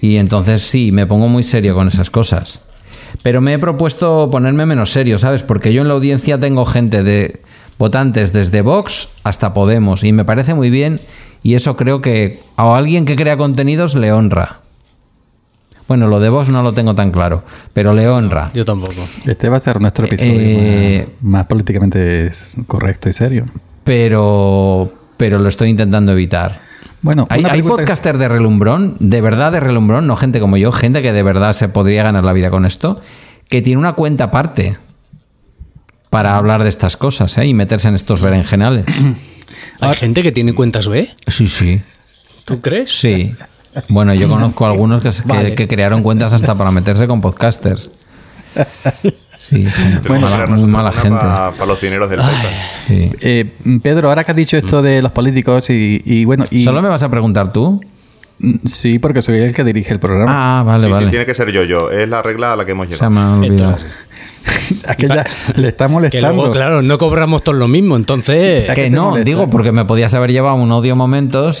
G: Y entonces sí, me pongo muy serio con esas cosas. Pero me he propuesto ponerme menos serio, ¿sabes? Porque yo en la audiencia tengo gente de votantes desde Vox hasta Podemos y me parece muy bien y eso creo que a alguien que crea contenidos le honra. Bueno, lo de Vox no lo tengo tan claro, pero le honra.
E: Yo tampoco.
D: Este va a ser nuestro episodio
G: Eh,
D: más, más políticamente s- correcto y serio.
G: Pero, pero lo estoy intentando evitar.
D: Bueno,
G: Hay,
D: una
G: hay
D: pregunta-
G: podcasters de relumbrón, de verdad de relumbrón, no gente como yo, gente que de verdad se podría ganar la vida con esto, que tiene una cuenta aparte para hablar de estas cosas ¿eh? y meterse en estos
F: [clears throat]
G: berenjenales.
E: Hay gente que tiene cuentas B.
G: Sí, sí.
D: Eh,
E: ¿Tú crees?
G: Sí. Bueno, yo conozco algunos que, se- que-
E: Vale.
G: que crearon cuentas hasta para meterse con podcasters.
F: [laughs]
G: Sí, gente
F: Tenemos que
G: mala-
F: crearnos
G: muy
F: otra
G: mala
F: una
G: gente.
F: pa- pa' los dineros del podcast.
G: Sí.
D: Eh, Pedro, ahora que has dicho esto de los políticos y, y bueno, y
G: Mm. ¿Solo me vas a preguntar tú?
D: Mm, sí, porque soy el que dirige el [laughs] programa.
G: Ah, vale,
F: Sí, sí,
G: vale.
F: tiene que ser yo, yo. Es la regla a la que hemos
G: O sea,
F: llegado.
G: me ha olvidado.
E: Entonces,
D: Aquella le está
E: que
D: molestando.
E: luego, claro, no cobramos todos lo mismo, entonces...
D: ¿A qué
G: que
D: te
G: no,
D: molesta?
G: digo, porque me podías haber llevado un odio momentos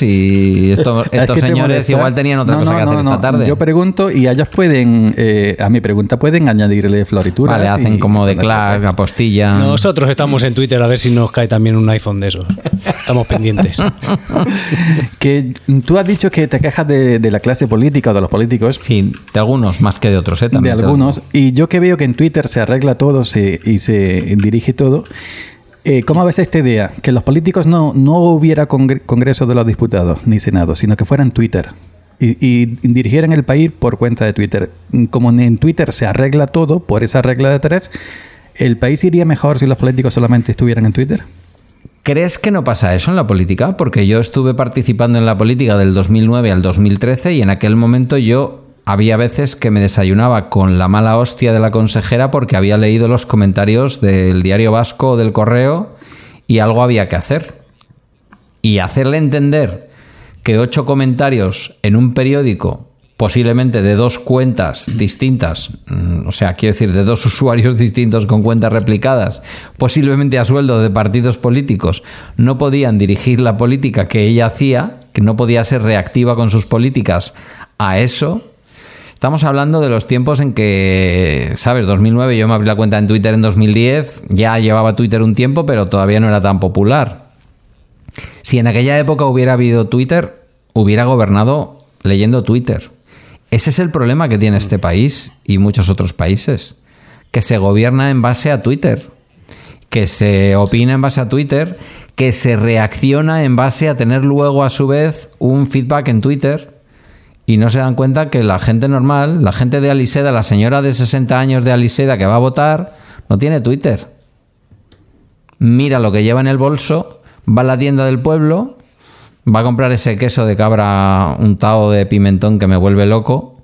D: [laughs]
G: y esto-
D: Es
G: estos
D: que te
G: señores
D: molesta.
G: igual tenían otra
D: No,
G: cosa
D: no,
G: que hacer
D: no, no.
G: esta tarde.
D: Yo pregunto y ellos pueden, eh, a mi pregunta pueden añadirle florituras.
G: vale, hacen
D: y-
G: como de Clark, apostilla.
E: Nosotros estamos en Twitter a ver si nos cae también un iPhone de esos.
D: [laughs]
E: Estamos pendientes.
D: Que tú has dicho que te quejas de, de la clase política o de los políticos.
G: sí, de algunos más que de otros, ¿eh?
D: de
G: También te lo digo.
D: algunos. Y yo que veo que en Twitter se arregla todo se- y se dirige todo. eh, ¿Cómo ves esta idea? Que los políticos no, no hubiera congre- congreso de los diputados ni senado, sino que fueran Twitter y, y dirigieran el país por cuenta de Twitter. Como en Twitter se arregla todo por esa regla de tres, ¿el país iría mejor si los políticos solamente estuvieran en Twitter?
G: ¿Crees que no pasa eso en la política? Porque yo estuve participando en la política del 2009 al 2013 y en aquel momento yo había veces que me desayunaba con la mala hostia de la consejera porque había leído los comentarios del diario vasco o del correo y algo había que hacer. Y hacerle entender que ocho comentarios en un periódico, posiblemente de dos cuentas distintas, mm, o sea, quiero decir, de dos [laughs] usuarios distintos con cuentas replicadas, posiblemente a sueldo de partidos políticos, no podían dirigir la política que ella hacía, que no podía ser reactiva con sus políticas a eso. Estamos hablando de los tiempos en que, ¿sabes? 2009 yo me abrí la cuenta en Twitter en 2010, ya llevaba Twitter un tiempo, pero todavía no era tan popular. Si en aquella época hubiera habido Twitter, hubiera gobernado leyendo Twitter. Ese es el problema que tiene este país y muchos otros países, que se gobierna en base a Twitter, que se opina en base a Twitter, que se reacciona en base a tener luego a su vez un feedback en Twitter y no se dan cuenta que la gente normal, la gente de Aliseda, la señora de 60 años de Aliseda que va a votar, no tiene Twitter mira lo que lleva en el bolso, va a la tienda del pueblo, va a comprar ese queso de cabra untado de pimentón que me vuelve loco.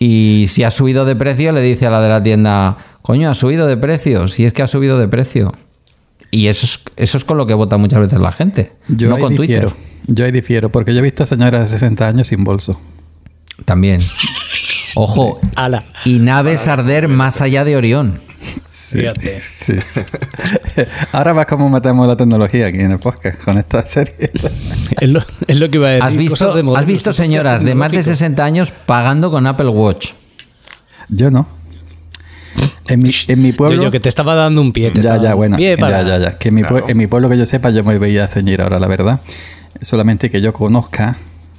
G: Y si ha subido de precio, le dice a la de la tienda, coño, ha subido de precio, si es que ha subido de precio. Y eso es, eso es con lo que vota muchas veces la gente, no
D: ahí
G: con Twitter.
D: difiero. Yo ahí difiero, porque yo he visto señoras de 60 años sin bolso.
G: También. Ojo,
E: Ala.
G: y naves arder más allá de Orión.
E: Fíjate.
D: Sí, sí. [laughs] Ahora vas como matamos la tecnología aquí en el podcast con esta serie.
E: Es lo, es lo que
D: Eh,
E: iba a decir.
G: ¿Has
E: cosas
G: visto,
E: de modernos,
G: ¿Has visto
E: cosas de
G: señoras de más de
E: tecnológico.
G: 60 años pagando con Apple Watch?
D: Yo no. En mi, en mi pueblo.
E: Yo, yo que te estaba dando un pie.
D: ya,
E: te estaba
D: ya,
E: dando un
D: bueno.
E: pie para-
D: Ya, ya, ya. Que en mi, pue- en mi pueblo que yo sepa, yo me veía a ceñir ahora, la verdad. Solamente que yo conozca.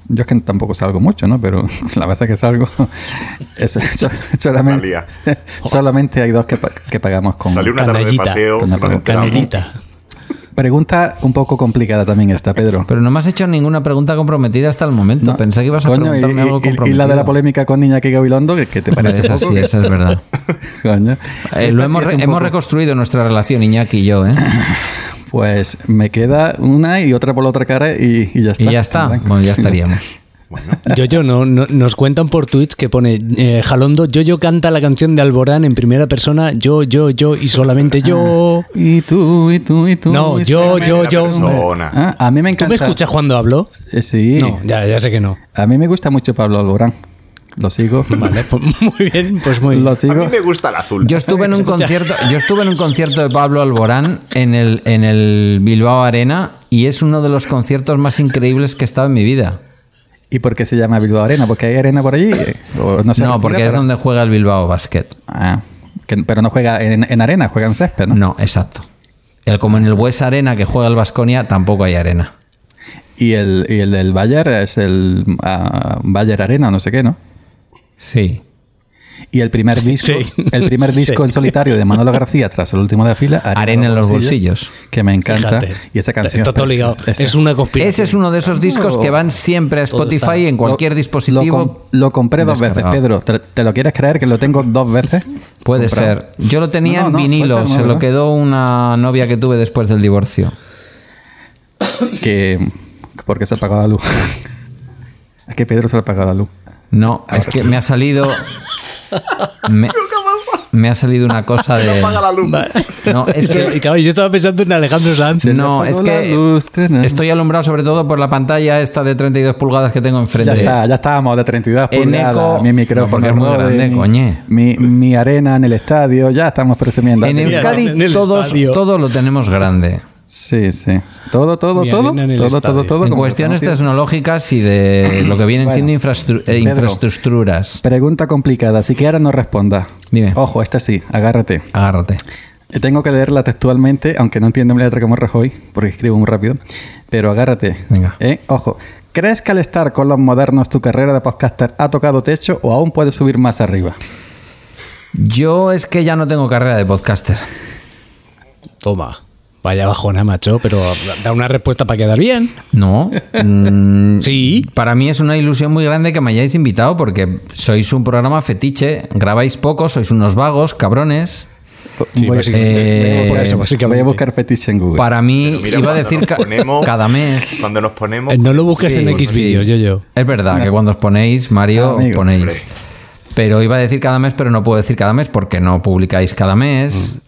D: Yo es que tampoco salgo mucho, ¿no? Pero [laughs] la verdad que salgo. [laughs] eso- eso- solamente,
F: Valía.
D: [laughs] solamente hay dos que, pa- que pagamos con.
F: Salió una tarde de
E: Canallita.
F: paseo.
D: Con la
F: nos enteramos.
E: Canelita.
D: Pregunta un poco complicada también esta, Pedro.
G: Pero no me has hecho ninguna pregunta comprometida hasta el momento.
D: No.
G: Pensé que ibas a
D: Coño,
G: preguntarme
D: y- y-
G: algo
D: y-
G: comprometido.
D: Y la de la polémica con Iñaki Gabilondo, que, que te
G: Hombre,
D: parece
G: esa sí, esa
D: [laughs]
G: es verdad.
D: Coño.
G: Eh,
D: Esta
G: lo
D: sí
G: hemos,
D: es
G: re-
D: un
G: hemos
D: poco-
G: reconstruido nuestra relación, Iñaki y yo, ¿eh?
D: Pues me queda una y otra por la otra cara y, y ya [laughs] está.
G: Y ya está.
D: Blanco.
G: Bueno,
D: [laughs]
G: ya estaríamos.
E: Yo, yo, no, no- nos cuentan por tweets que pone eh, Jalondo, yo, yo canta la canción de Alborán en primera persona, yo, yo, yo y solamente yo.
D: Y tú, y tú, y tú.
E: No,
D: y
E: yo,
D: espérame.
E: yo,
F: La
E: yo.
F: persona.
D: Ah, a mí me encanta.
E: ¿Tú me escuchas cuando hablo?
D: Eh, sí.
E: No, ya, ya sé que no.
D: A mí me gusta mucho Pablo Alborán. Lo sigo.
E: [laughs] Vale, pues muy bien, pues muy bien.
D: Lo
F: A
D: sigo.
F: mí me gusta el azul.
G: Yo estuve en un concierto, yo estuve en un concierto de Pablo Alborán en el, en el Bilbao Arena y es uno de los conciertos más increíbles que he estado en mi vida.
D: ¿Y por qué se llama Bilbao Arena? ¿Porque hay arena por allí? eh, O no, sé
G: No, porque es
D: pero-
G: donde juega el Bilbao Basket.
D: Ah, que- pero no juega en, en arena, juega en césped, ¿no?
G: No, exacto. El, como en el Bues Arena que juega el Vasconia, tampoco hay arena.
D: Y el, y el del Bayer es el ah, Bayer Arena o no sé qué, ¿no?
G: Sí.
D: Y el primer disco,
E: Sí.
G: [laughs]
D: el primer disco en solitario de Manolo García tras el último de fila,
G: Arena en los bolsillos.
D: que me encanta.
E: Fíjate.
D: y esa canción pues,
E: Está todo ligado.
D: esa.
E: Es una conspiración. [laughs]
G: Ese es uno de esos discos que van siempre a
E: está.
G: Spotify en cualquier
D: Lo-
G: dispositivo.
D: Lo, com- lo compré dos veces, Pedro.
G: descargado.
D: ¿Te, te lo quieres creer que lo tengo dos veces?
G: Puede
D: comprado.
G: ser. Yo lo
D: No,
G: tenía
D: no,
G: en
D: no,
G: vinilo,
D: puede ser, no,
G: se lo
D: ¿verdad?
G: quedó una novia que tuve después del divorcio.
D: Que, porque se ha apagado la luz. [laughs] es que Pedro se le ha apagado la luz.
G: No, es que me
D: [laughs]
G: ha salido. Me, me ha salido una
D: [laughs]
G: cosa de.
F: Apaga la luz.
G: No, es
E: Y
G: que.
E: claro, yo estaba pensando en Alejandro Sanz.
G: No, es
D: Apagó la
G: que.
D: luz, tena.
G: Estoy alumbrado sobre todo por la pantalla esta de 32 pulgadas que tengo
D: Ya,
G: enfrente.
D: está, ya estábamos de 32
G: En
D: pulgadas,
G: eco-
D: mi
G: No,
D: micrófono.
G: porque es muy
D: móvil,
G: grande,
D: mi-
G: coñe.
D: Mi, mi arena en el estadio, ya estamos presumiendo.
G: En
E: Mira, en
G: Euskadi
E: el
G: todos,
E: estadio.
G: todo lo tenemos grande.
D: Sí, sí. Todo, todo,
E: Mi
D: todo.
E: arena en el
D: Todo,
E: estadio.
D: todo, todo.
G: En
D: como
G: cuestiones
D: lo conocimos.
G: tecnológicas y de lo que vienen
D: Bueno,
G: siendo infraestru- eh,
D: Pedro.
G: infraestructuras.
D: Pregunta complicada, así que ahora no responda.
G: Dime.
D: Ojo, esta sí, agárrate.
G: Agárrate.
D: Eh, Tengo que leerla textualmente, aunque no entiendo la letra como Rajoy, porque escribo muy rápido. Pero agárrate.
G: Venga.
D: Eh, Ojo. ¿Crees que al estar con los modernos tu carrera de podcaster ha tocado techo o aún puedes subir más arriba?
G: Yo es que ya no tengo carrera de podcaster.
E: Toma. Vaya bajona, macho, pero da una respuesta para quedar bien.
G: No.
D: [laughs]
G: Mm,
E: Sí.
G: Para mí es una ilusión muy grande que me hayáis invitado porque sois un programa fetiche, grabáis poco, sois unos vagos, cabrones.
E: Sí,
D: voy,
E: básicamente.
G: eh,
E: Por eso,
D: voy
E: básicamente.
D: a buscar fetiche en Google.
G: Para mí,
F: Pues, Pero mira,
G: iba a
F: cuando
G: decir
F: nos
G: ca-
F: ponemos-
G: cada mes.
F: Cuando nos ponemos.
E: Eh, No lo busques
G: Sí,
E: en X vídeo,
G: sí.
E: yo, yo.
G: Es verdad que cuando os ponéis, Mario, os
D: Amigo.
G: ponéis. Pero iba a decir cada mes, pero no puedo decir cada mes porque no publicáis cada mes.
E: Mm.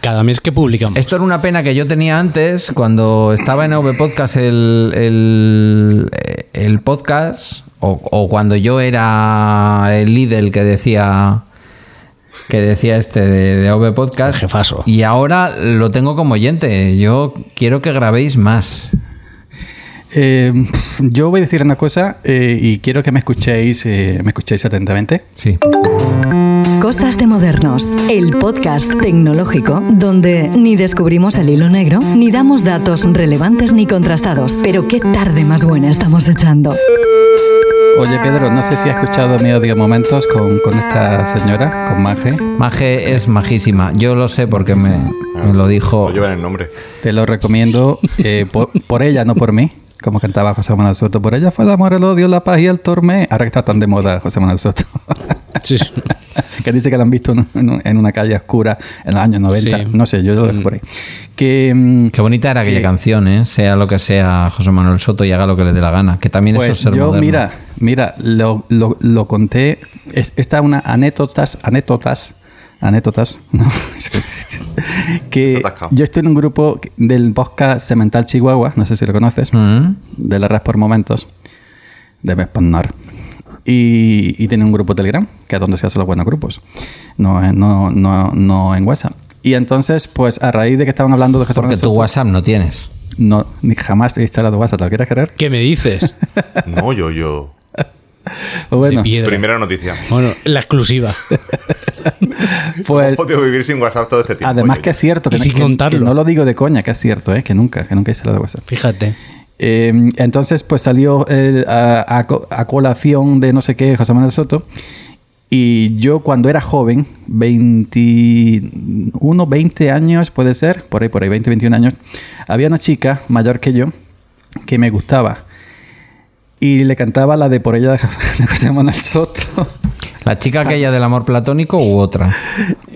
E: Cada mes que publicamos.
G: Esto era una pena que yo tenía antes, cuando estaba en AV Podcast el, el, el podcast, o, o cuando yo era el líder que decía que decía este de, de AV
E: [laughs]
G: Podcast.
E: Jefazo.
G: Y ahora lo tengo como oyente. Yo quiero que grabéis más.
D: Eh, yo voy a decir una cosa eh, y quiero que me escuchéis, eh, me escuchéis atentamente.
G: Sí.
H: Cosas de Modernos, el podcast tecnológico donde ni descubrimos el hilo negro, ni damos datos relevantes ni contrastados. Pero qué tarde más buena estamos echando.
D: Oye Pedro, no sé si has escuchado mi audio momentos con, con esta señora, con Maje.
G: Maje es majísima. Yo lo sé porque me, me lo dijo.
F: No llevan el nombre.
D: Te lo recomiendo eh, por, por ella, no por mí. Como cantaba José Manuel Soto, por ella fue el amor, el odio, la paz y el tormento. Ahora que está tan de moda José Manuel Soto. [laughs]
E: Sí, sí.
D: que dice que la han visto en, un- en una calle oscura en los años 90.
E: Sí.
D: No sé, yo lo dejo por ahí. Que, mm,
G: Qué bonita era aquella
D: Sí.
G: canción, ¿eh? Sea lo que sea José Manuel Soto y haga lo que le dé la gana. Que también eso es
D: Pues
G: ser
D: yo,
G: moderno.
D: mira, mira, lo, lo- lo conté. Es- esta una anécdotas, anécdotas, anécdotas, [laughs] ¿no? que
F: atascado.
D: yo estoy en un grupo del podcast Cemental Chihuahua, no sé si lo conoces,
G: Mm.
D: de la Red por Momentos, de Vespanar. Y, y tiene un grupo Telegram, que es donde se hacen los buenos grupos, no, en- no, no, no en WhatsApp. Y entonces, pues a raíz de que estaban hablando de Jesús
G: Porque
D: Manuel
G: tu
D: Soto,
G: WhatsApp no tienes.
D: no, ni jamás he instalado WhatsApp, ¿te lo quieres creer?
E: ¿Qué me dices?
F: No, yo, yo.
D: Pues [laughs] Bueno,
E: De piedra.
F: Primera noticia.
E: Bueno, la exclusiva.
F: No
D: pues
F: puedo vivir sin WhatsApp todo este tiempo.
D: Además
F: yo,
D: que
F: yo.
D: es cierto, que,
E: Y
D: no-
E: sin
D: que- que
E: contarlo.
D: no lo digo de coña, que es cierto, ¿eh? que nunca, que nunca hice lo de WhatsApp. [laughs]
E: Fíjate.
D: Eh, entonces, pues salió el, a, a co- a colación de no sé qué José Manuel Soto. Y yo cuando era joven, 21, 20 años puede ser, por ahí, por ahí, 20, 21 años, había una chica mayor que yo que me gustaba. Y le cantaba la de por ella [laughs] de José Manuel Soto.
G: ¿La
D: Ah.
G: chica aquella del amor platónico u otra?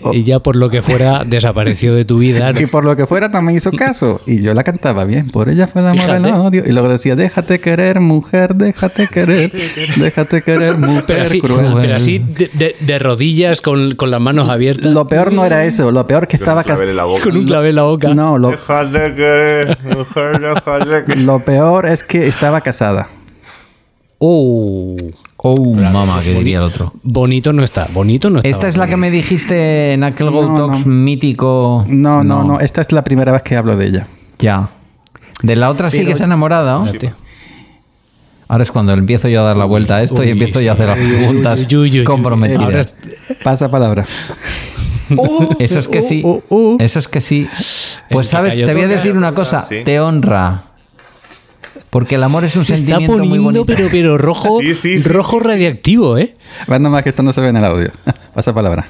D: Oh.
E: Y ya por lo
D: [laughs]
E: que fuera desapareció de tu vida. ¿no?
D: Y por lo que fuera también hizo caso. Y yo la cantaba bien. Por ella fue el amor
E: Fíjate.
D: el odio. Y luego decía, déjate querer, mujer, [laughs] déjate querer. Déjate querer, mujer
E: Pero así,
D: cruel.
E: pero así de, de- de rodillas con, con las manos abiertas.
D: Lo peor no era eso. Lo peor que estaba...
F: clavel
D: cas-
F: en la boca.
E: Con un clave en la boca.
D: No, lo,
F: Déjate que. Mujer, déjate
D: [laughs]
F: que.
D: lo peor es que estaba casada.
E: Oh,
G: Oh, mamá, que diría el otro.
E: bonito no está. Bonito no está.
G: ¿Esta es la que me dijiste en aquel Gold
D: No,
G: Talks
D: no.
G: mítico?
D: No, no, no, Esta es la primera vez que hablo de ella.
G: Ya. De la otra sí que se ha enamorado. Ahora es cuando empiezo yo a dar la vuelta a esto y
E: Uy,
G: empiezo
E: sí.
G: yo a hacer las
E: Uy, uy,
G: preguntas
E: uy, uy, uy, uy. Ahora
G: comprometidas.
E: es-
D: Pasa palabra.
G: Eso es que sí.
E: oh, oh.
G: Eso es que sí. Pues
E: que
G: sabes,
E: cayó
G: te voy a
E: toca.
G: decir una cosa.
F: Sí.
G: Te honra. Porque el amor es un
E: Se está
G: sentimiento muy
E: poniendo,
G: bonito.
E: pero, pero rojo,
F: [laughs] Sí, sí, sí,
E: rojo
F: sí, sí.
E: radiactivo, ¿eh?
D: Random más que esto no se ve en el audio. [laughs] Pasa palabra.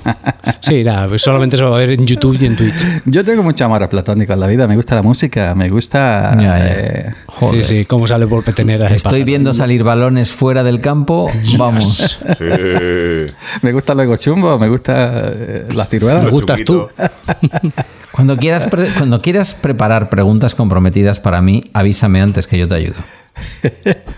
E: Sí, nada, pues solamente se va a ver en YouTube y en Twitch.
D: Yo tengo mucho amor a platónico en la vida. Me gusta la música, me gusta...
G: Ya, ya.
D: eh,
G: Joder.
E: Sí, sí, cómo sale por peteneras. el
G: Ah, Estoy
E: pájaro.
G: viendo salir balones fuera del campo. Vamos.
F: Sí.
D: Me gusta luego chumbo, me gusta eh, la
E: Me
D: ciruela.
E: gustas
F: Chupito.
G: Cuando quieras, pre- cuando quieras preparar preguntas comprometidas para mí, avísame antes que yo te ayudo.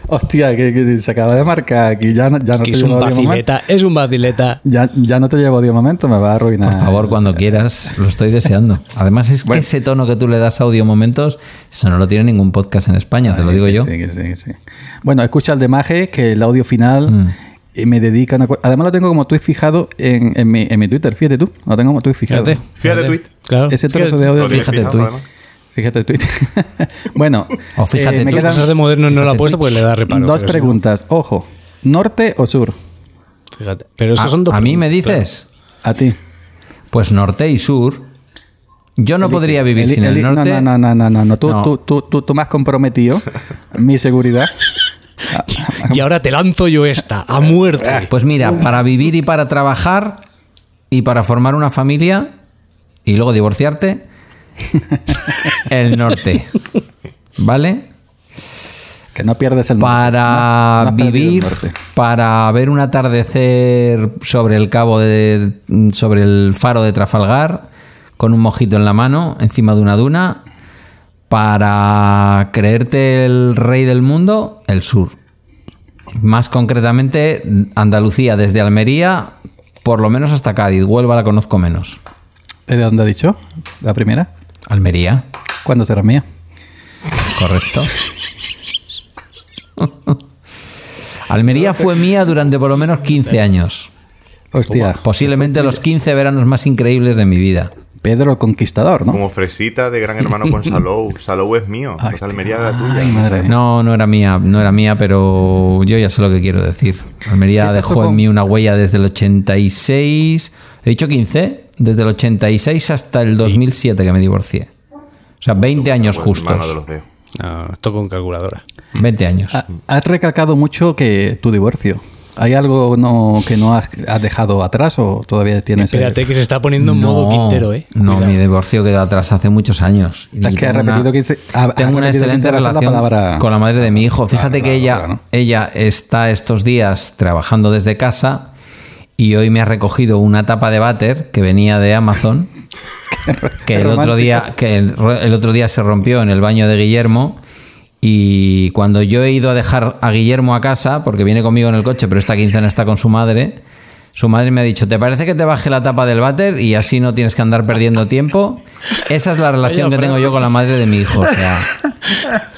D: Hostia, que, que se acaba de marcar aquí. Ya no, ya no
E: Que
D: te
E: es
D: llevo
E: un
D: de momento.
E: vacileta, es un vacileta.
D: Ya, ya no te llevo de momento, me va a arruinar.
E: Ah.
G: Por favor, cuando quieras, lo estoy deseando. Además, es que
D: Bueno.
G: ese tono que tú le das a audio momentos, eso no lo tiene ningún podcast en España, te lo
D: Ay,
G: digo
D: que
G: yo.
D: sí, que sí, que sí. Bueno, escucha el de Maje, que el audio final
G: Mm.
D: eh, me dedica una cosa. Además, lo tengo como tweet fijado en, en mi, en mi Twitter, fíjate tú. Lo tengo como tweet fijado.
E: Fíjate.
F: Fíjate,
E: fíjate.
F: tweet.
E: Claro.
D: Ese trozo
E: Fíjate.
D: de audio,
F: Lo tienes
D: fíjate,
F: fijado,
D: tweet.
F: además.
D: Fíjate el tweet. [laughs] bueno, eh,
G: O fíjate
D: me
G: tú,
D: quedan
E: Cosas de moderno no lo ha puesto porque le da reparo.
D: dos
E: pero sí.
D: preguntas. Ojo, ¿norte o sur?
E: Fíjate. Pero esos
G: A-
E: son dos
G: a mí me
E: preguntas.
G: dices,
D: A ti.
G: pues norte y sur. Yo no podría vivir
D: Eli-
G: sin el
D: eli- no,
G: norte.
D: No, no, no, no, no, no. Tú,
G: No.
D: Tú, tú, tú, tú me has comprometido mi seguridad.
E: Y ahora te lanzo yo esta, a muerte.
G: Pues mira, para vivir y para trabajar y para formar una familia y
D: [laughs]
G: luego divorciarte, el norte. ¿Vale?
D: Que no pierdes el norte.
G: Para
D: No, no has perdido el
G: vivir,
D: norte.
G: para ver un atardecer sobre el cabo de. sobre el faro de Trafalgar, con un mojito en la mano, encima de una duna. Para creerte el rey del mundo, el sur. Más concretamente, Andalucía, desde Almería, por lo menos hasta Cádiz. Huelva la conozco menos.
D: ¿Eh, ¿De dónde ha dicho? La primera.
G: Almería,
D: ¿Cuándo será mía?
G: correcto. Almería fue mía durante por lo menos 15 años.
D: Hostia,
G: Posiblemente los 15 veranos más increíbles de mi vida.
D: Pedro el Conquistador, ¿no?
F: Como fresita de gran hermano con Salou. Salou es mío. Pues Almería de la tuya.
D: Ay, madre mía.
G: No, no era mía, no era mía, pero yo ya sé lo que quiero decir. Almería
D: ¿Qué pasó
G: dejó en
D: con-
G: mí una huella desde el 86, he dicho 15, desde el 86 hasta el 2007 que me divorcié. O sea, 20 años
F: Pues, mano de
G: justos.
F: los dedos.
E: No, esto con calculadora.
G: 20 años.
D: Ha- Has recalcado mucho que tu divorcio. ¿Hay algo no, que no has, has dejado atrás o todavía tienes... eh,
E: Espérate que se está poniendo en modo Quintero, ¿eh?
G: No,
E: Cuidado.
G: mi divorcio quedó atrás hace muchos años. Y
D: Es que ha
G: tengo
D: repetido
G: una-
D: 15 ha- ha
G: tengo
D: repetido
G: una
D: 15
G: excelente
D: veces la
G: relación
D: palabra-
G: con la madre de mi hijo. Fíjate que ella,
D: claro.
G: ella está estos días trabajando desde casa y hoy me ha recogido una tapa de váter que venía
D: [laughs]
G: de Amazon. que el otro día que el, ro- el otro día se rompió en el baño de Guillermo y cuando yo he ido a dejar a Guillermo a casa porque viene conmigo en el coche pero esta quincena está con su madre su madre me ha dicho ¿te parece que te baje la tapa del váter y así no tienes que andar perdiendo tiempo? esa es la relación que tengo yo con la madre de mi hijo o sea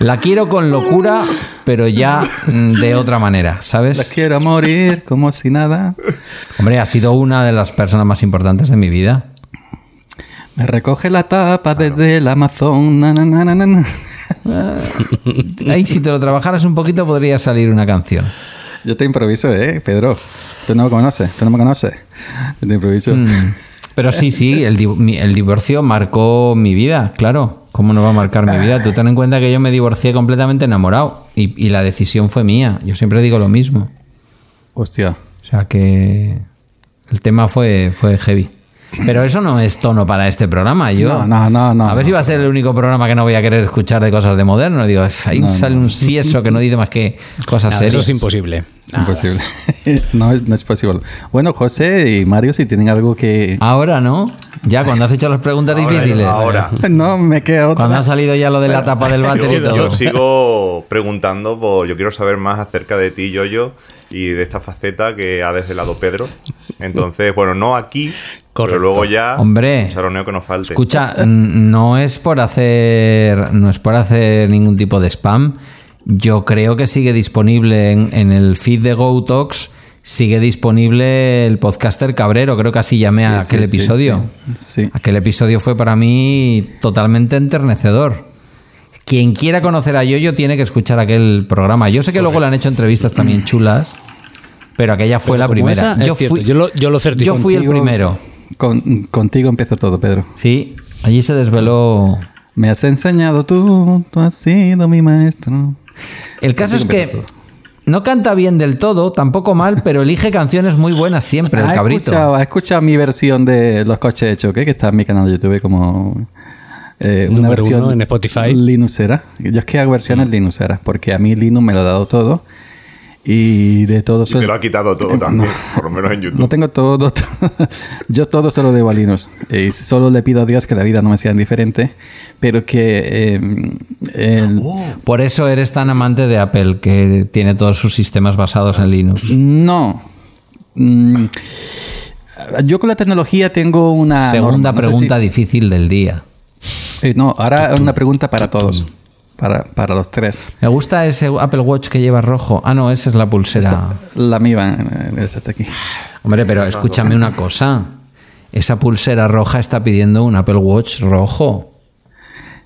G: la quiero con locura pero ya mm, de otra manera
D: La
G: ¿sabes?
D: quiero morir como si nada.
G: hombre ha sido una de las personas más importantes de mi vida
D: Me recoge la tapa desde el Amazon. na, na, na, na, na.
G: ahí si te lo trabajaras un poquito podría salir una canción
D: Yo te improviso, ¿eh, Pedro? Tú no me conoces, tú no me conoces. Yo te improviso.
G: Hmm. Pero sí, sí, el, di- mi- el divorcio marcó mi vida, claro. ¿Cómo no va a marcar mi vida? Tú ten en cuenta que yo me divorcié completamente enamorado y, y la decisión fue mía. Yo siempre digo lo mismo.
D: Hostia.
G: O sea que el tema fue, fue heavy. Pero eso no es tono para este programa. Yo,
D: No, no, no, no,
G: a ver si va a ser el único programa que no voy a querer escuchar de cosas de moderno. Digo, ahí sale un sieso que no dice más que cosas
E: Nada, eso
G: serias.
E: es imposible.
D: Es imposible. [laughs] no, es- no es posible. Bueno, José y Mario, si tienen algo que...
G: Ahora no. Ya cuando has hecho las preguntas difíciles. [laughs]
F: Ahora.
D: [laughs] No, me queda otra.
G: Cuando ha salido ya lo de la tapa del váter y
F: Yo,
G: todo.
F: yo sigo preguntando, por, yo quiero saber más acerca de ti, Yoyo, y de esta faceta que ha desvelado Pedro. Entonces, bueno, no aquí,
E: Correcto.
F: pero luego ya
G: Hombre.
F: un charoneo que nos falte.
G: Escucha, n- no es por hacer. No es por hacer ningún tipo de spam. Yo creo que sigue disponible en, en el feed de GoTalks. Sigue disponible el podcaster Cabrero. Creo que así llamé a
D: Sí, sí,
G: aquel
D: sí,
G: episodio.
D: Sí. sí.
G: Aquel episodio fue para mí totalmente enternecedor. Quien quiera conocer a Yoyo tiene que escuchar aquel programa. Yo sé que luego le han hecho entrevistas también chulas, pero aquella fue
E: Pero
G: la
E: como
G: primera.
E: esa, es cierto, yo lo- yo lo certifico.
G: yo fui el
D: Contigo-
G: primero.
D: Con- contigo empieza todo, Pedro.
G: Sí, allí se desveló.
D: Me has enseñado tú, tú has sido mi maestro.
G: El caso es que no canta bien del todo, tampoco mal, pero elige canciones muy buenas siempre, el
D: ha
G: cabrito.
D: Ah, Escuchado, ha escuchado mi versión de Los coches de choque, que está en mi canal de YouTube como eh, una
E: Número
D: versión
E: uno en Spotify.
D: Linuxera. Yo es que hago versiones Linuxeras, porque a mí Linux me lo ha dado todo. Y de todo
F: Y te lo ha quitado todo también, por lo menos en YouTube.
D: No tengo todo. [laughs] to- yo todo solo debo a Linux. Y solo le pido a Dios que la vida no me sea indiferente. Pero que. eh, el-
G: Por eso eres tan amante de Apple, que tiene todos sus sistemas basados en Linux.
D: No. Mm. Yo con la tecnología tengo una. norma.
G: Segunda
D: No sé si-
G: pregunta difícil del día.
D: Eh, no, ahora una pregunta para todos. Para, para los tres.
G: Me gusta ese Apple Watch que lleva rojo. Ah, no, esa es la pulsera.
D: La mía va eh, esa está aquí.
G: Hombre, pero escúchame una cosa. Esa pulsera roja está pidiendo un Apple Watch rojo.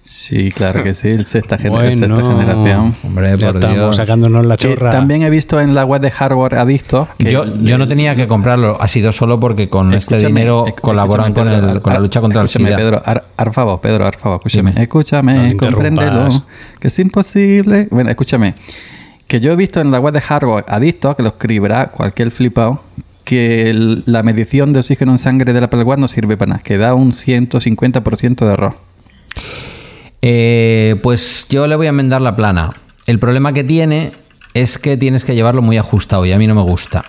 D: Sí, claro que sí, el sexta, gener-
E: Bueno.
D: sexta generación.
G: Hombre,
E: Ya
G: por
E: estamos
G: Dios.
E: sacándonos la
D: Que
E: chorra.
D: también he visto en la web de Hardware Adicto. que-
G: Yo, yo no tenía que comprarlo, ha sido solo porque con este
D: Escúchame,
G: dinero
D: escú-
G: colaboran con,
D: escúchame,
G: el-
D: Pedro,
G: con la
D: ar-
G: lucha contra el
D: escúchame,
G: SIDA.
D: Pedro, ar- arfavo, Pedro, arfavo, escúchame.
G: Dime.
E: No te
D: Escúchame,
E: interrumpas.
D: compréndelo. Que es imposible. Bueno, escúchame. Que yo he visto en la web de Harvard Adicto, que lo escribirá cualquier flipado, que el- la medición de oxígeno en sangre del Apple Watch no sirve para nada, que da un 150% de error.
G: Eh, pues yo le voy a enmendar la plana. El problema que tiene es que tienes que llevarlo muy ajustado y a mí no me gusta.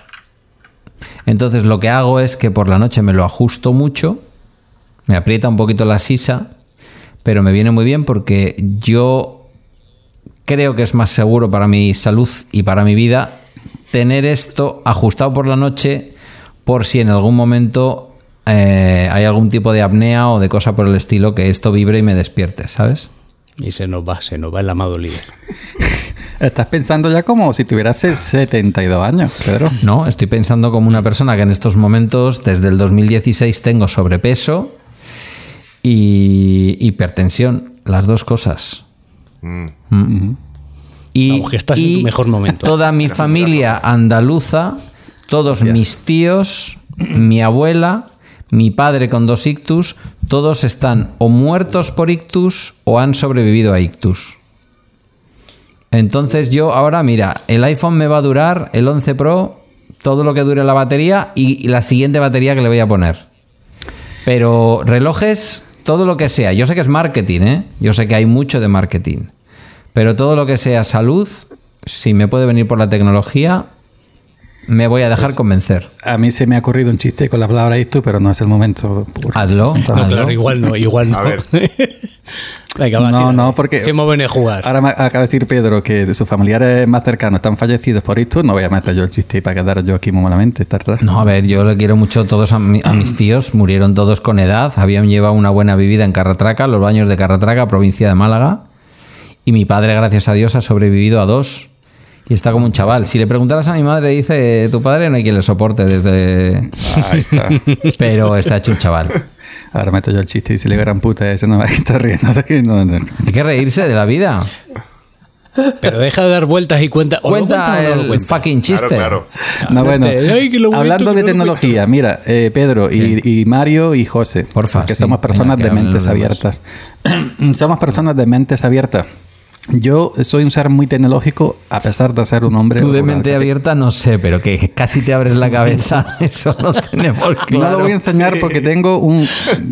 G: Entonces lo que hago es que por la noche me lo ajusto mucho, me aprieta un poquito la sisa, pero me viene muy bien porque yo creo que es más seguro para mi salud y para mi vida tener esto ajustado por la noche por si en algún momento eh, hay algún tipo de apnea o de cosa por el estilo que esto vibre y me despierte, ¿sabes?
E: Y se nos va, se nos va el amado líder.
D: Estás pensando ya como si tuvieras 72 años, Pedro.
G: No, estoy pensando como una persona que en estos momentos, desde el 2016, tengo sobrepeso y hipertensión, las dos cosas. Mm. Y,
E: Vamos, que estás en tu mejor momento.
G: Toda mi familia andaluza, todos mis tíos, mi abuela, mi padre con dos ictus, todos están o muertos por ictus o han sobrevivido a ictus. Entonces yo ahora, mira, el iPhone me va a durar, el 11 Pro, todo lo que dure la batería y la siguiente batería que le voy a poner. Pero relojes, todo lo que sea. Yo sé que es marketing, ¿eh? Yo sé que hay mucho de marketing. Pero todo lo que sea salud, si me puede venir por la tecnología, me voy a dejar
E: Pues,
G: convencer.
D: A mí se me ha ocurrido un chiste con la palabra tú, pero no es el momento.
G: Hazlo.
E: No,
G: hazlo.
E: claro, igual no, igual no.
F: A ver.
E: [laughs] Venga, va,
D: No,
E: tira.
D: no, porque-
E: Se mueven a jugar.
D: Ahora me acaba de decir Pedro que sus familiares más cercanos están fallecidos por esto. No voy a meter yo el chiste para quedar yo aquí muy malamente, está raro.
G: No, a ver, yo le quiero mucho todos a, mi- a mis tíos. Murieron todos con edad. Habían llevado una buena vivida en Carratraca, los baños de Carratraca, provincia de Málaga. Y mi padre, gracias a Dios, ha sobrevivido a dos. Y está como un chaval. Si le preguntaras a mi madre, dice, tu padre no hay quien le soporte desde...
D: Ahí está.
G: Pero está hecho un chaval.
D: [laughs] Ahora meto yo el chiste y si le gran puta ese no [laughs] va a estar riendo de aquí. No, no.
G: Hay que reírse de la vida.
E: Pero deja de dar vueltas y cuenta. ¿o lo
G: Cuenta
E: cuenta o no lo
G: el
E: cuenta?
G: fucking chiste.
F: Claro, claro.
D: No, bueno.
E: Ay, que lo bonito
D: Hablando de
E: que no lo
D: tecnología, mira, eh, Pedro y, y Mario y José,
G: Porfa,
D: porque
G: sí.
D: somos personas
G: Venga, que
D: de [clears throat]
G: hablen
D: mentes
G: los demás.
D: abiertas. somos personas de mentes abiertas. Yo soy un ser muy tecnológico a pesar de ser un hombre.
G: Tú de
D: rural.
G: mente abierta no sé, pero que casi te abres la [laughs] cabeza, eso lo [laughs] tenemos claro.
D: No lo voy a enseñar porque tengo
G: [laughs]
D: un.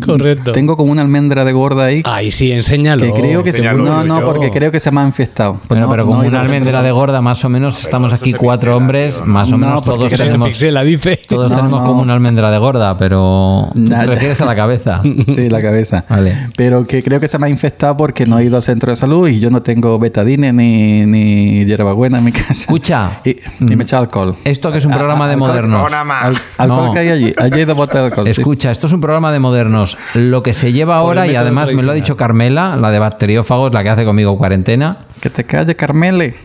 E: Correcto.
D: Tengo como una almendra de gorda ahí.
G: Ah,
E: Ahí sí, enséñalo.
D: que creo que se.
F: enséñalo,
D: No, no,
F: yo.
D: porque creo que se me ha infestado. Pues
G: Bueno,
D: no,
G: pero
D: no
G: como
D: he ido
G: una
D: al
G: almendra de gorda, más o menos, estamos aquí cuatro hombres, más o
D: No,
G: menos
D: porque
G: todos
E: Que se
G: tenemos,
E: pixela, dice.
G: todos
D: No,
G: tenemos
D: no.
G: como una almendra de gorda, pero tú te
D: Nada.
G: refieres a la [laughs] cabeza.
D: [laughs] Sí, la cabeza.
G: Vale.
D: Pero que creo que se me ha infestado porque no he ido al centro de salud y yo no tengo betadine ni, ni hierbabuena en mi casa.
G: Escucha.
D: Y, y me echa alcohol.
G: Esto que es un programa de
D: alcohol-
G: modernos.
F: Programa.
D: Al- alcohol
G: No.
D: que hay allí. Allí hay dos botes de
E: Ah,
D: alcohol. sí.
G: Escucha, esto es un programa de modernos. Lo que se lleva ahora, y
E: Pues método
G: además me lo ha dicho Carmela, la de bacteriófagos, la que hace conmigo cuarentena,
D: Que te calle, Carmele.